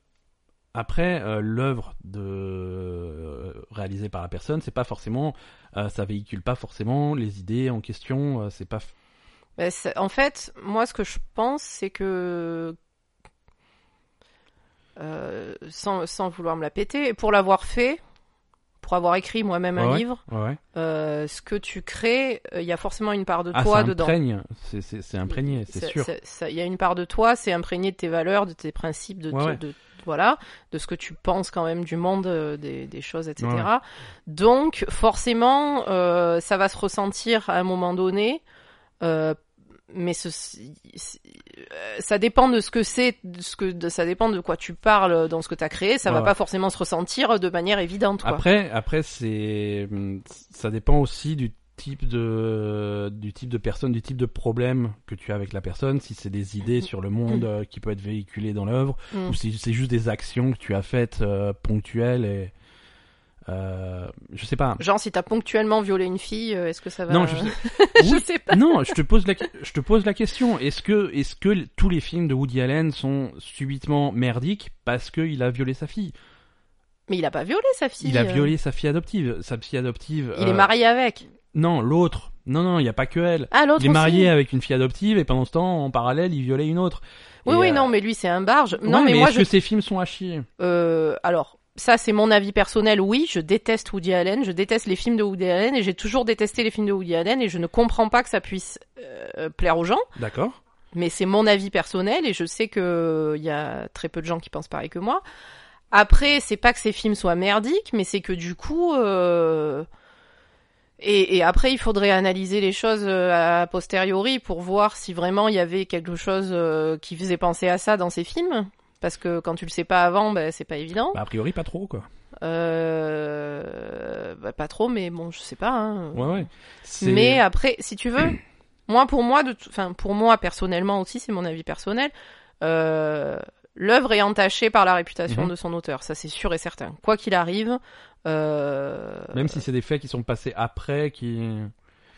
après euh, l'œuvre de réalisée par la personne, c'est pas forcément, euh, ça véhicule pas forcément les idées en question. euh, c'est pas. f- Bah, c'est- en fait, moi, ce que je pense, c'est que. euh, sans, sans vouloir me la péter, pour l'avoir fait, pour avoir écrit moi-même un Ouais. livre, Ouais. euh, ce que tu crées, euh, il y a forcément une part de Ah, ça toi dedans. imprègne. C'est c'est c'est imprégné, c'est sûr. ça- ça- Il y a une part de toi, c'est imprégné de tes valeurs, de tes principes, de, Ouais, de- ouais. de- voilà, de ce que tu penses quand même du monde, euh, des, des choses, etc. Ouais, ouais. Donc forcément, euh, ça va se ressentir à un moment donné, euh, mais ce, c'est- euh, ça dépend de ce que c'est, de ce que de- ça dépend de quoi tu parles dans ce que tu as créé. Ça Ouais, va ouais. pas forcément se ressentir de manière évidente. Quoi. Après, après c'est ça dépend aussi du type de du type de personne, du type de problème que tu as avec la personne. Si c'est des idées sur le monde euh, qui peut être véhiculé dans l'œuvre, Mm. ou si c'est juste des actions que tu as faites euh, ponctuelles et euh, je sais pas. Genre si t'as ponctuellement violé une fille, euh, est-ce que ça va Non, je Je Oui. sais pas. non, je te pose la je te pose la question. Est-ce que est-ce que tous les films de Woody Allen sont subitement merdiques parce qu'il a violé sa fille Mais il a pas violé sa fille. Il a euh. violé sa fille adoptive, sa fille adoptive. Il euh, est marié avec. Non, l'autre. Non, non, il n'y a pas que elle. Ah, l'autre Il est marié aussi. avec une fille adoptive et pendant ce temps, en parallèle, il violait une autre. Oui, Et, oui, euh, non, mais lui, c'est un barge. ouais, Non, mais, moi, est-ce je. que ces films sont à chier Euh, alors, ça, c'est mon avis personnel. Oui, je déteste Woody Allen. Je déteste les films de Woody Allen et j'ai toujours détesté les films de Woody Allen et je ne comprends pas que ça puisse euh, plaire aux gens. D'accord. Mais c'est mon avis personnel et je sais que il y a très peu de gens qui pensent pareil que moi. Après, c'est pas que ces films soient merdiques, mais c'est que du coup, euh, et, et après, il faudrait analyser les choses euh, a posteriori pour voir si vraiment il y avait quelque chose euh, qui faisait penser à ça dans ces films. Parce que quand tu le sais pas avant, ben, c'est pas évident. Bah, a priori, pas trop, quoi. Euh, bah, pas trop, mais bon, je sais pas. hein. Ouais, ouais. C'est- Mais euh, après, si tu veux, moi pour moi, de tout- enfin pour moi personnellement aussi, c'est mon avis personnel. euh, L'œuvre est entachée par la réputation Mhm. de son auteur, ça c'est sûr et certain. Quoi qu'il arrive. euh, Même si c'est des faits qui sont passés après, qui.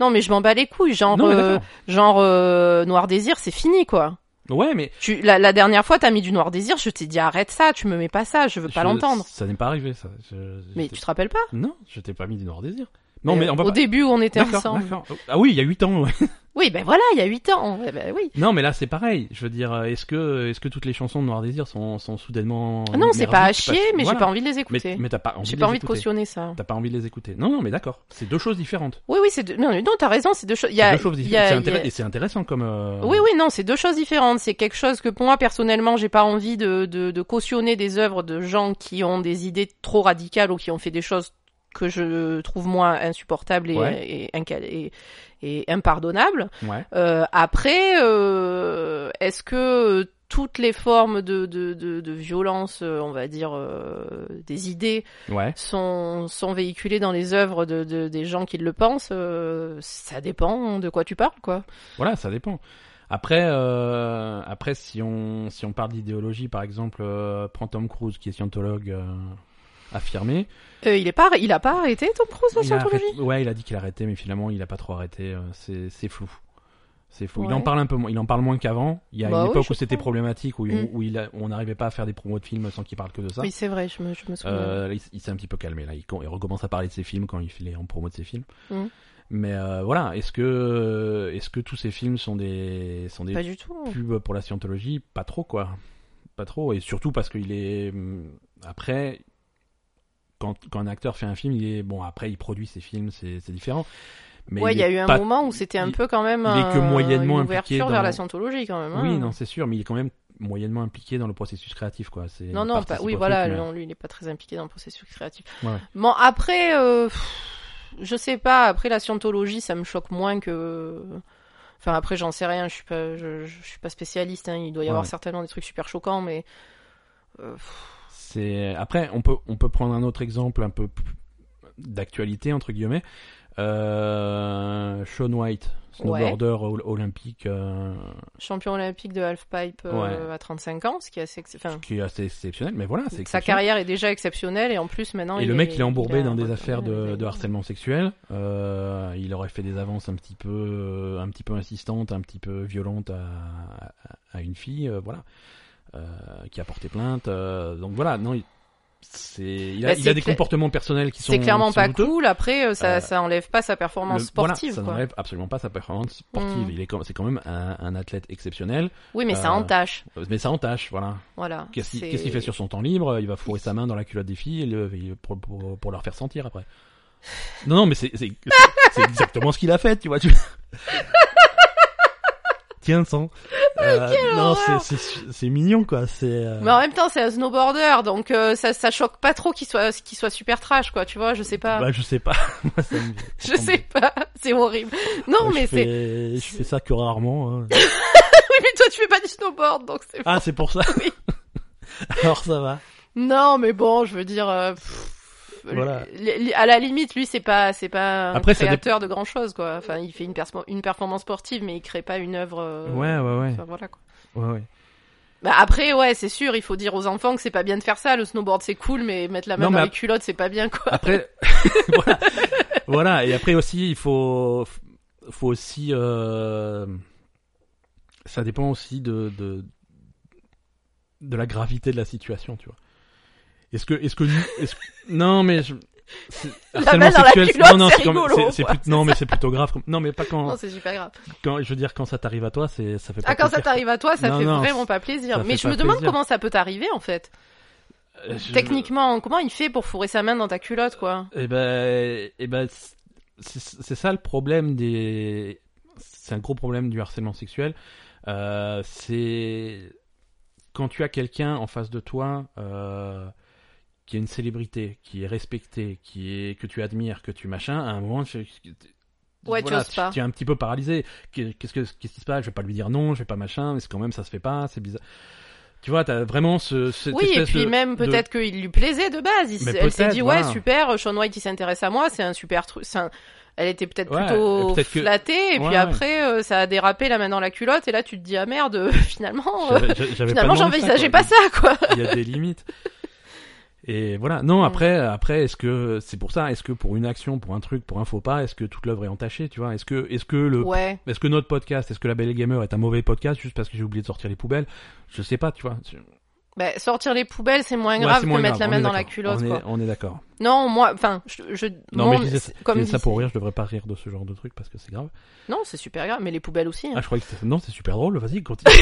Non, mais je m'en bats les couilles. Genre, non, mais euh, d'accord. genre euh, Noir Désir, c'est fini quoi. Ouais, mais. Tu, la, la dernière fois, t'as mis du Noir Désir, je t'ai dit arrête ça, tu me mets pas ça, je veux pas je- l'entendre. Ça n'est pas arrivé, ça. Je- je Mais t'ai- tu te rappelles pas Non, je t'ai pas mis du Noir Désir. Non, mais on va Au pas- début où on était D'accord, ensemble. d'accord. Ah oui, il y a 8 ans. ouais. Oui, ben voilà, il y a 8 ans. Eh ben oui. non, mais là c'est pareil. Je veux dire, euh, est-ce que est-ce que toutes les chansons de Noir Désir sont, sont soudainement Ah non, c'est pas à merdiques chier, parce- mais voilà. j'ai pas envie de les écouter. Mais, mais t'as pas envie, J'ai de pas les envie de écouter. cautionner ça. T'as pas envie de les écouter. Non, non, mais d'accord. C'est deux choses différentes. Oui, oui, c'est deux... non, mais non, t'as raison, c'est deux choses. Il y a, C'est deux choses il y différentes. a- C'est il y a- intéress- Et c'est intéressant comme. euh, Oui, oui, non, c'est deux choses différentes. C'est quelque chose que pour moi personnellement, j'ai pas envie de, de, de cautionner des œuvres de gens qui ont des idées trop radicales ou qui ont fait des choses que je trouve moi insupportables et, Ouais. et, inca- et- et impardonnables. Ouais. Euh, après, euh, est-ce que toutes les formes de, de, de, de violence, euh, on va dire, euh, des idées, Ouais. sont, sont véhiculées dans les œuvres de, de- des gens qui le pensent euh, Ça dépend de quoi tu parles, quoi. Voilà, ça dépend. Après, euh, après, si on si on parle d'idéologie, par exemple, euh, prends Tom Cruise qui est scientologue euh, affirmé. Euh, il, est pas, il a pas arrêté Tom Cruise la Il a scientologie arrêté- ouais, il a dit qu'il arrêtait, mais finalement, il a pas trop arrêté. euh, c'est c'est flou. C'est flou. Il Ouais. en parle un peu moins. Il en parle moins qu'avant. Il y a Bah une oui, époque je où c'était comprends. problématique, où, Mm. où il a- on n'arrivait pas à faire des promos de films sans qu'il parle que de ça. Oui, c'est vrai, je me, je me souviens. Euh, là, il s- il s'est un petit peu calmé là. Il, com- il recommence à parler de ses films quand il fait les en promo de ses films. Mm. Mais euh, voilà, est-ce que euh, est-ce que tous ces films sont des sont des Pas du tout. pubs pour la scientologie Pas trop quoi, pas trop. Et surtout parce qu'il est hum, après quand, quand un acteur fait un film, il est bon après il produit ses films, c'est c'est différent. Mais ouais, il y a est eu un pas- moment où c'était un il- peu quand même il est que euh, moyennement une impliqué ouverture dans- vers la scientologie quand même. hein. Oui, non, c'est sûr, mais il est quand même moyennement impliqué dans le processus créatif quoi. C'est- Non, il non, participe pas- au oui, truc, voilà, mais- non, lui, il n'est pas très impliqué dans le processus créatif. Ouais, ouais. Bon, après, euh, pff, je sais pas, après la scientologie, ça me choque moins que. Enfin, après, j'en sais rien, je suis pas, je, je suis pas spécialiste, hein, il doit y Ouais, avoir ouais. certainement des trucs super choquants, mais. euh, pff, C'est après on peut on peut prendre un autre exemple un peu p- d'actualité entre guillemets. Euh, Sean White, snowboarder ol- olympique, euh, champion olympique de halfpipe euh, à 35 ans, ce qui est assez. ex- Enfin, qui est assez exceptionnel, mais voilà, c'est sa exceptionnel. carrière est déjà exceptionnelle et en plus maintenant. Et il le mec, il est embourbé a- dans des affaires de, Ouais, de harcèlement sexuel. Euh, il aurait fait des avances un petit peu, euh, un petit peu insistantes, un petit peu violentes à, à- à une fille, euh, voilà, euh, qui a porté plainte. euh, donc voilà, non, il, c'est, il a, Bah, il c'est a des cla- comportements personnels qui sont C'est clairement qui sont pas douteux. cool, après, euh, ça, Euh, ça enlève pas sa performance Le- sportive, Voilà, ça quoi. n'enlève absolument pas sa performance sportive. Mm. Il est quand- c'est quand même un, un athlète exceptionnel, Oui, mais Euh, ça entache. Euh, mais ça entache, voilà. Voilà. Qu'est-ce qu'il c'est- qu'est-ce qu'il fait sur son temps libre Il va fourrer sa main dans la culotte des filles et le- et pour, pour, pour leur faire sentir après. Non, non, mais c'est c'est- c'est- c'est exactement ce qu'il a fait, tu vois. Tu... Tiens, sang. Euh, non, c'est- Ah, horreur c'est c'est mignon, quoi. C'est. euh, Mais en même temps, c'est un snowboarder, donc euh, ça, ça choque pas trop qu'il soit, qu'il soit super trash, quoi, tu vois, je sais pas. Bah, je sais pas. Moi, ça me- je sais pas, c'est horrible. Non, Ouais, mais je c'est... fais- Je fais ça que rarement. hein. Oui, mais toi, tu fais pas du snowboard, donc c'est... Ah, c'est pour ça. Oui. Alors ça va. Non, mais bon, je veux dire... euh, pff, Voilà. li- li- à la limite, lui, c'est pas, c'est pas un Après, ça créateur de grand chose, quoi. Enfin, il fait une, perspo- une performance sportive, mais il crée pas une œuvre. euh, Ouais, ouais, ouais. Enfin, voilà, quoi. Ouais, ouais. Bah après, ouais, c'est sûr, il faut dire aux enfants que c'est pas bien de faire ça. Le snowboard, c'est cool, mais mettre la main Non, dans mais les culottes, c'est pas bien, quoi. Après, voilà. voilà. Et après aussi, il faut, faut aussi, euh, ça dépend aussi de, de, de la gravité de la situation, tu vois. Est-ce que, est-ce que, est-ce que- non, mais je, c'est- harcèlement main dans la sexuel, culotte, non, non, c'est c'est comme- rigolo, c'est- c'est quoi. plus- non, mais c'est plutôt grave. comme- non, mais pas quand, Non, c'est super grave. quand, je veux dire, quand ça t'arrive à toi, c'est, ça fait pas Ah, quand ça plaisir. t'arrive à toi, ça Non, fait non, vraiment pas plaisir. ça Mais fait je pas me demande plaisir. comment ça peut t'arriver, en fait. Euh, je- Techniquement, comment il fait pour fourrer sa main dans ta culotte, quoi. Eh ben, eh ben, c'est- c'est c'est ça le problème des. C'est un gros problème du harcèlement sexuel. Euh, c'est quand tu as quelqu'un en face de toi euh, qui est une célébrité, qui est respecté, qui est que tu admires, que tu machin, à un moment, tu, Ouais, tu oses pas. tu es un petit peu paralysé. Qu'est- Qu'est-ce que qu'est-ce qui se passe Je vais pas lui dire non, je vais pas machin, mais c'est quand même ça se fait pas, c'est bizarre. Tu vois, t'as vraiment ce. cette Oui, et espèce puis de- même de- peut-être qu'il lui plaisait de base. Il s- Mais elle s'est peut-être, dit, voilà. ouais, super, Sean White, il s'intéresse à moi, c'est un super truc. c'est un- Elle était peut-être Ouais, plutôt et peut-être que- flattée, et Ouais, puis ouais. après, euh, ça a dérapé la main dans la culotte, et là, tu te dis, ah merde, finalement, euh, J'avais- j'avais pas finalement, demandé ça, j'envisageais quoi. pas ça, quoi. il y a des limites. Et voilà. Non, après, après, est-ce que c'est pour ça Est-ce que pour une action, pour un truc, pour un faux pas, est-ce que toute l'œuvre est entachée Tu vois Est-ce que, est-ce que le, Ouais. est-ce que notre podcast, est-ce que la Belle et Gamer est un mauvais podcast juste parce que j'ai oublié de sortir les poubelles Je sais pas, tu vois. Bah, sortir les poubelles, c'est moins Ouais, grave c'est moins que mettre grave, la on main est dans la d'accord. culotte. On est- Quoi. On est d'accord. Non, moi, enfin, je, je- Non, mon- mais je disais ça, c'est- comme je disais ça dis- pour rire, je devrais pas rire de ce genre de truc parce que c'est grave. Non, c'est super grave, mais les poubelles aussi. hein. Ah, je croyais que c'était. Non, c'est super drôle, vas-y, continue.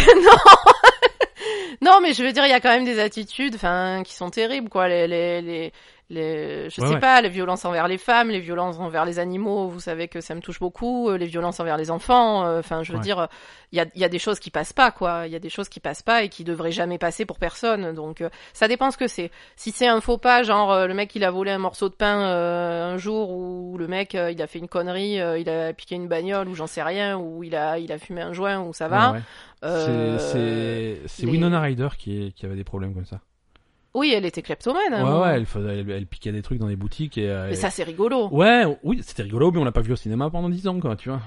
Non, mais je veux dire, il y a quand même des attitudes, enfin, qui sont terribles, quoi. Les, les, les, les- je Ouais, sais ouais. pas, les violences envers les femmes, les violences envers les animaux. Vous savez que ça me touche beaucoup. euh, Les violences envers les enfants. euh, Enfin, je veux Ouais. dire, il y a, il y a des choses qui passent pas, quoi. Il y a des choses qui passent pas et qui devraient jamais passer pour personne. Donc, euh, ça dépend ce que c'est. Si c'est un faux pas, genre euh, le mec il a volé un morceau de pain euh, un jour, ou le mec euh, il a fait une connerie, euh, il a piqué une bagnole, ou j'en sais rien, ou il a, il a fumé un joint, ou ça va. Ouais, ouais. euh, C'est- C'est c'est les- Winona Ryder qui, est- qui avait des problèmes comme ça. Oui, elle était kleptomane. à un ouais, moment. ouais, elle, faisait- elle, elle piquait des trucs dans les boutiques et. euh, Ah Mais et- ça, c'est rigolo. Ouais, oui, c'était rigolo, mais on l'a pas vu au cinéma pendant 10 ans, quoi, tu vois.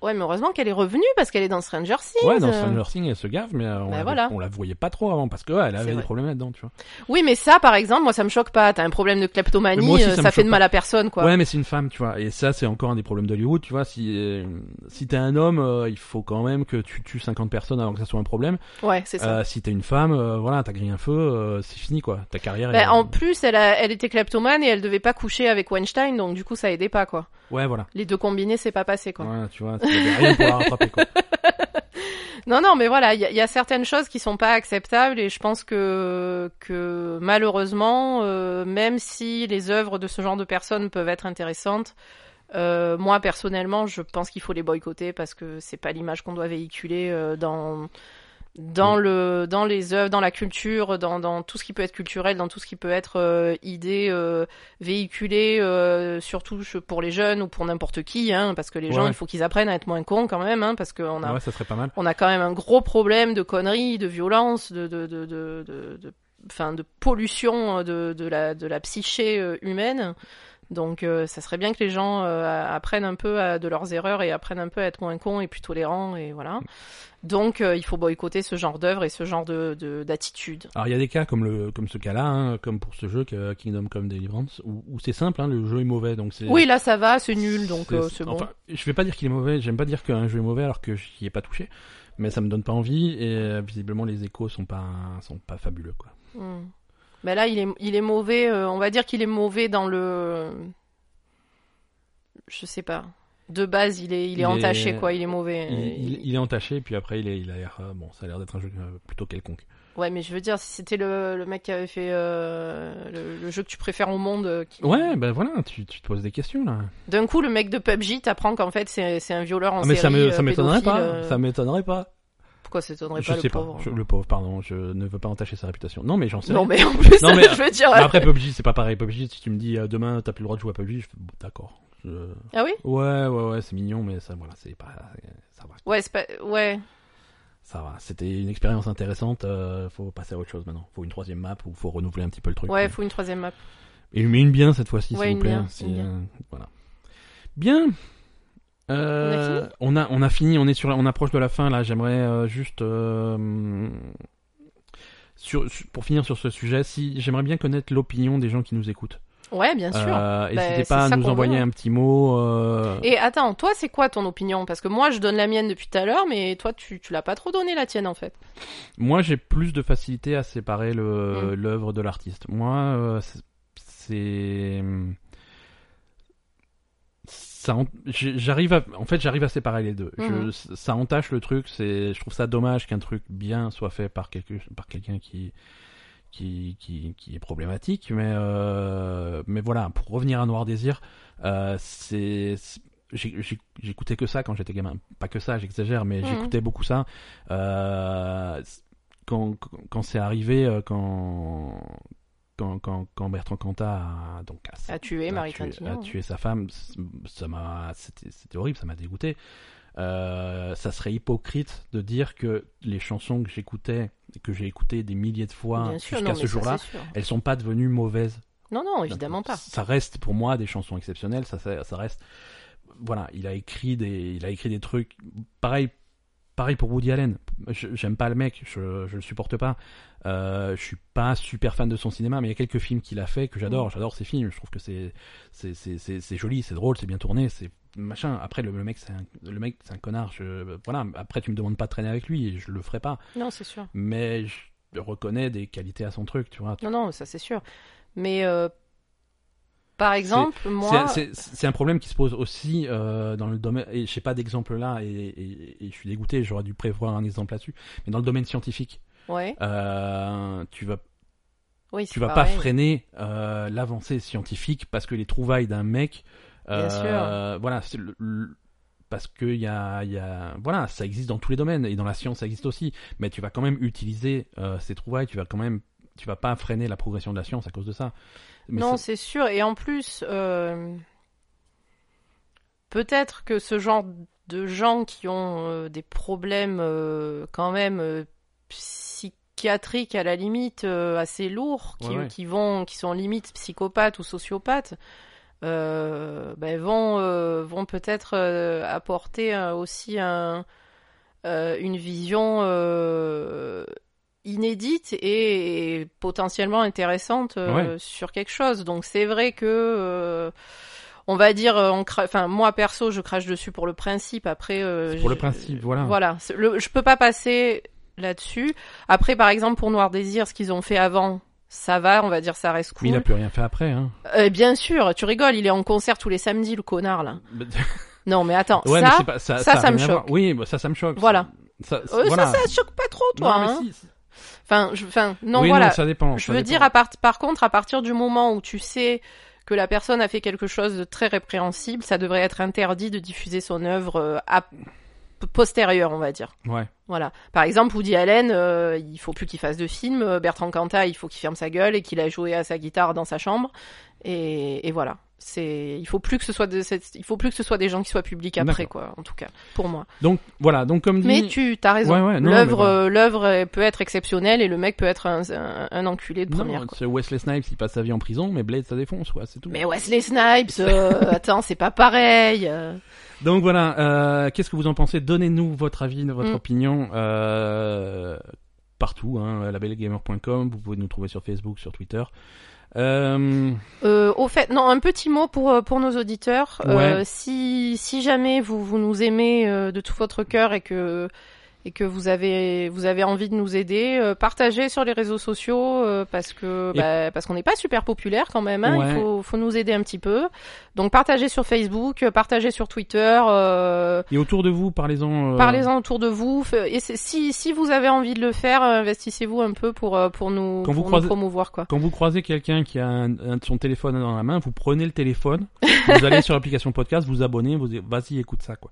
Ouais, mais heureusement qu'elle est revenue parce qu'elle est dans Stranger Things. Ouais, dans Stranger Things, elle se gave, mais euh, on, Bah l'avait- voilà. on la voyait pas trop avant parce que ouais, elle C'est avait des vrai. problèmes là-dedans, tu vois. Oui, mais ça, par exemple, moi, ça me choque pas. T'as un problème de Mais kleptomanie, moi aussi, euh, ça ça, me fait choque de mal à personne, quoi. Ouais, mais c'est une femme, tu vois. Et ça, c'est encore un des problèmes d'Hollywood, tu vois. Si, euh, si t'es un homme, euh, il faut quand même que tu tues 50 personnes avant que ça soit un problème. Ouais, c'est ça. Euh, si t'es une femme, euh, voilà, t'as grillé un feu, euh, c'est fini, quoi. Ta carrière est... Ben, en plus, elle, a- elle était kleptomane et elle devait pas coucher avec Weinstein, donc du coup, ça aidait pas, quoi. Ouais, voilà. Les deux combinés, c'est pas passé, quoi. Ouais, tu vois, t'avais rien pour la rattraper, quoi. Non, non, mais voilà, il y, a- il y a certaines choses qui sont pas acceptables et je pense que, que malheureusement, euh, même si les œuvres de ce genre de personnes peuvent être intéressantes, euh, moi personnellement, je pense qu'il faut les boycotter parce que c'est pas l'image qu'on doit véhiculer euh, dans dans le dans les œuvres, dans la culture, dans, dans tout ce qui peut être culturel, dans tout ce qui peut être euh, idée euh, véhiculée, euh, surtout je- pour les jeunes ou pour n'importe qui, hein, parce que les Ouais, gens, ouais. il faut qu'ils apprennent à être moins cons quand même, hein, parce qu'on a Ouais, ça serait pas mal. on a quand même un gros problème de conneries, de violence, de de de de, de, de- enfin, de pollution euh, de de la de la psyché euh, humaine. Donc euh, ça serait bien que les gens euh, apprennent un peu à- de leurs erreurs et apprennent un peu à être moins cons et plus tolérants et voilà. Donc euh, il faut boycotter ce genre d'œuvre et ce genre de de- d'attitude. Alors, il y a des cas comme, le, comme ce cas-là, hein, comme pour ce jeu, que Kingdom Come Deliverance, où, où c'est simple, hein, le jeu est mauvais, donc c'est... Oui, là ça va, c'est nul donc euh, c'est bon. Enfin, je vais pas dire qu'il est mauvais, j'aime pas dire qu'un jeu est mauvais alors que j'y ai pas touché, mais ça me donne pas envie et euh, visiblement les échos sont pas sont pas fabuleux quoi. Hmm. Ben là, il est, il est mauvais. euh, on va dire qu'il est mauvais dans le. Je sais pas. De base, il est, il est Il est- entaché, quoi. Il est mauvais. Il, il- il est entaché puis après il, est, il a l'air euh, bon, ça a l'air d'être un jeu euh, plutôt quelconque. Ouais, mais je veux dire, si c'était le, le mec qui avait fait euh, le, le jeu que tu préfères au monde. euh, qui- Ouais, ben voilà, tu, tu te poses des questions là. D'un coup, le mec de PUBG t'apprend qu'en fait, c'est c'est un violeur en Ah, mais ça série, me- euh, ça m'étonnerait pédophile, pas, euh, ça m'étonnerait pas. Pourquoi ça t'étonnerait Je pas sais le pauvre hein. pas, je- le pauvre, pardon, je ne veux pas entacher sa réputation. Non mais j'en sais Non, rien. mais en plus, Non, mais- je veux dire. Mais après PUBG, c'est pas pareil. PUBG, si tu me dis euh, demain t'as plus le droit de jouer à PUBG, je fais, bon, d'accord. Je- Ah oui Ouais, ouais, ouais, c'est mignon, mais ça, voilà, c'est pas, ça va. Ouais, c'est pas. Ouais. Ça va, c'était une expérience intéressante. euh, faut passer à autre chose maintenant. Faut une troisième map ou faut renouveler un petit peu le truc. Ouais, faut une troisième map. Et mais une bien cette fois-ci, Ouais, s'il une vous plaît. bien, si, une bien. euh, voilà. Bien. Euh, on a on a fini. On est sur, la- on approche de la fin là. J'aimerais euh, juste euh, sur, sur- pour finir sur ce sujet, si j'aimerais bien connaître l'opinion des gens qui nous écoutent. Ouais, bien sûr. Bah, Euh, N'hésitez c'est pas ça hein. à nous qu'on envoyer veut. un petit mot. euh, Et attends, toi, c'est quoi ton opinion Parce que moi, je donne la mienne depuis tout à l'heure, mais toi, tu, tu l'as pas trop donné la tienne, en fait. Moi, j'ai plus de facilité à séparer le- l'œuvre de l'artiste. Moi, euh, c'est- c'est mm, ça, en- j'ai- j'arrive à, en fait, j'arrive à séparer les deux. Je- Mhm. ça entache le truc. C'est, je trouve ça dommage qu'un truc bien soit fait par quelqu'un, par quelqu'un qui qui, qui, qui est problématique, mais euh, mais voilà. Pour revenir à Noir Désir, euh, c'est c'est- j'ai- j'ai- j'écoutais que ça quand j'étais gamin. Pas que ça, j'exagère, mais Mhm. j'écoutais beaucoup ça. Euh, c- quand quand- quand c'est arrivé, euh, quand quand quand, quand Bertrand Cantat a, donc a À tuer, a Ah, Marie hein. tué- a Trintignant. tué sa femme, c- ça m'a, c'était c'était horrible, ça m'a dégoûté. Euh, ça serait hypocrite de dire que les chansons que j'écoutais, que j'ai écoutées des milliers de fois Bien sûr, non, jusqu'à mais ce ça, jour-là, c'est sûr. elles sont pas devenues mauvaises. Non, non, évidemment pas. Ça reste pour moi des chansons exceptionnelles. Ça, ça, ça reste, voilà, il a écrit des, il a écrit des trucs pareil. Pareil pour Woody Allen. Je- J'aime pas le mec, je, je le supporte pas. Euh, je suis pas super fan de son cinéma, mais il y a quelques films qu'il a fait que Mm. j'adore. J'adore ses films. Je trouve que c'est c'est c'est c'est c'est joli, c'est drôle, c'est bien tourné, c'est machin. Après le, le mec c'est un le mec c'est un connard. Je, voilà. Après tu me demandes pas de traîner avec lui, et je le ferai pas Non, c'est sûr. mais je- reconnaît des qualités à son truc, tu vois. Non, non, ça c'est sûr. Mais euh, par exemple, moi. C'est un problème qui se pose aussi euh, dans le domaine. Et je pas d'exemple là, et, et, et je suis dégoûté, j'aurais dû prévoir un exemple là-dessus. Mais dans le domaine scientifique, Ouais. euh, tu vas Oui, tu c'est vas pas pareil. freiner euh, l'avancée scientifique parce que les trouvailles d'un mec euh, Bien sûr. voilà c'est le- le- parce que il y a, il y a voilà ça existe dans tous les domaines et dans la science ça existe aussi mais tu vas quand même utiliser euh, ces trouvailles tu vas quand même tu vas pas freiner la progression de la science à cause de ça Mais non, c'est- c'est sûr. Et en plus, euh, peut-être que ce genre de gens qui ont euh, des problèmes euh, quand même euh, psychiatriques à la limite euh, assez lourds, qui, Ouais, ouais. qui vont, qui sont limite psychopathes ou sociopathes, euh, ben, vont euh, vont peut-être euh, apporter euh, aussi un, euh, une vision euh, inédite et, et potentiellement intéressante euh, sur quelque chose. Donc c'est vrai que euh, on va dire, euh, on cra- enfin moi perso, je crache dessus pour le principe. Après, euh, c'est pour le je- principe Ah. voilà, voilà, C'est- le- je peux pas passer là-dessus. Après, par exemple, pour Noir Désir, ce qu'ils ont fait avant, ça va, on va dire, ça reste mais il a cool. plus rien fait après hein. Euh, bien sûr, tu rigoles, il est en concert tous les samedis, le connard là. Non, mais attends, ouais mais ça, c'est pas ça ça, a ça me rien à voir. choque. oui bah, ça ça me choque Voilà. ça, euh, voilà. ça, ça te choque pas trop, toi. non, mais hein. si, si. Enfin, je, enfin, non, oui, voilà. ça dépend Je ça veux dépend. dire, à part- par contre, à partir du moment où tu sais que la personne a fait quelque chose de très répréhensible, ça devrait être interdit de diffuser son œuvre euh, à- postérieure, on va dire. ouais Voilà. Par exemple, Woody Allen, euh, il faut plus qu'il fasse de film. euh, Bertrand Cantat, il faut qu'il ferme sa gueule et qu'il a joué à sa guitare dans sa chambre. Et, et voilà. C'est, il faut plus que ce soit de cette- il faut plus que ce soit des gens qui soient publics après, quoi. En tout cas, pour moi. donc voilà donc comme dit Mais tu, t'as raison. Ouais, ouais, non, mais l'œuvre, voilà. euh, l'œuvre euh, peut être exceptionnelle et le mec peut être un, un- un enculé de première. Non, quoi. c'est Wesley Snipes, il passe sa vie en prison, mais Blade, ça défonce, quoi, c'est tout. Mais Wesley Snipes, euh, attends, c'est pas pareil. euh. Donc voilà, euh, qu'est-ce que vous en pensez Donnez-nous votre avis, votre Mm. opinion. euh, partout, hein, labelgamer.com, vous pouvez nous trouver sur Facebook, sur Twitter. Euh, Euh, au fait, non, un petit mot pour euh, pour nos auditeurs. Euh, Ouais. si si jamais vous vous nous aimez euh, de tout votre cœur et que et que vous avez vous avez envie de nous aider, euh, partagez sur les réseaux sociaux euh, parce que Et- bah, parce qu'on n'est pas super populaire quand même. Hein, Ouais. Il faut faut nous aider un petit peu. Donc partagez sur Facebook, euh, partagez sur Twitter. Euh, et autour de vous, parlez-en. euh, Parlez-en autour de vous. F- Et c'est- si, si vous avez envie de le faire, euh, investissez-vous un peu pour, euh, pour, nous, Quand pour vous nous croisez- promouvoir. Quoi. Quand vous croisez quelqu'un qui a un- un- son téléphone dans la main, vous prenez le téléphone, vous allez sur l'application podcast, vous abonnez, vous dites vas-y écoute ça quoi.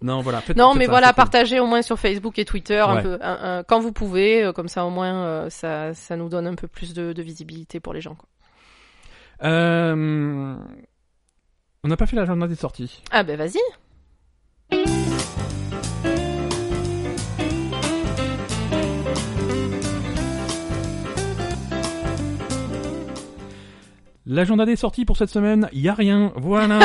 non voilà. faites- Non, faites mais ça, voilà, c'est cool. partagez au moins sur Facebook et Twitter un Ouais. peu, un- un- quand vous pouvez. euh, Comme ça, au moins, euh, ça, ça nous donne un peu plus de, de visibilité pour les gens. Quoi. Euh, on n'a pas fait la journée des sorties. Ah ben vas-y. L'agenda des sorties pour cette semaine, il y a rien. Voilà.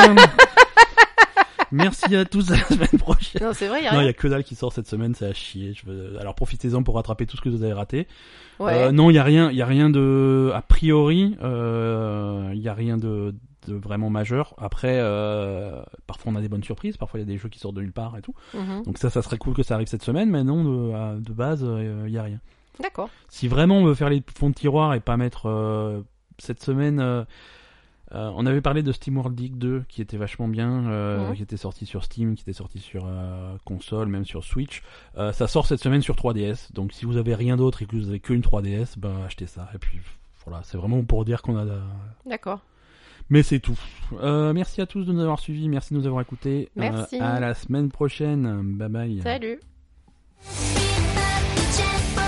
Merci à tous à la semaine prochaine. Non, c'est vrai, y a Non, il y rien. a que dalle qui sort cette semaine, c'est à chier. Je veux- Alors profitez-en pour rattraper tout ce que vous avez raté. Ouais. Euh, non, il y a rien, il y a rien de a priori, euh, il y a rien de, de vraiment majeur. Après, euh, parfois on a des bonnes surprises, parfois il y a des jeux qui sortent de nulle part et tout. Mhm. Donc ça, ça serait cool que ça arrive cette semaine, mais non, de, à- de base, euh, il y a rien. D'accord. Si vraiment on veut faire les fonds de tiroir et pas mettre euh, cette semaine, euh, euh, on avait parlé de Steam World League 2 qui était vachement bien, euh, Mhm. qui était sorti sur Steam, qui était sorti sur euh, console, même sur Switch. Euh, ça sort cette semaine sur 3DS, donc si vous avez rien d'autre et que vous avez qu'une 3DS, ben achetez ça. Et puis voilà, c'est vraiment pour dire qu'on a. de- D'accord. Mais c'est tout. Euh, merci à tous de nous avoir suivis, merci de nous avoir écoutés. Euh, Merci. à la semaine prochaine. Bye bye. Salut. Jackpot,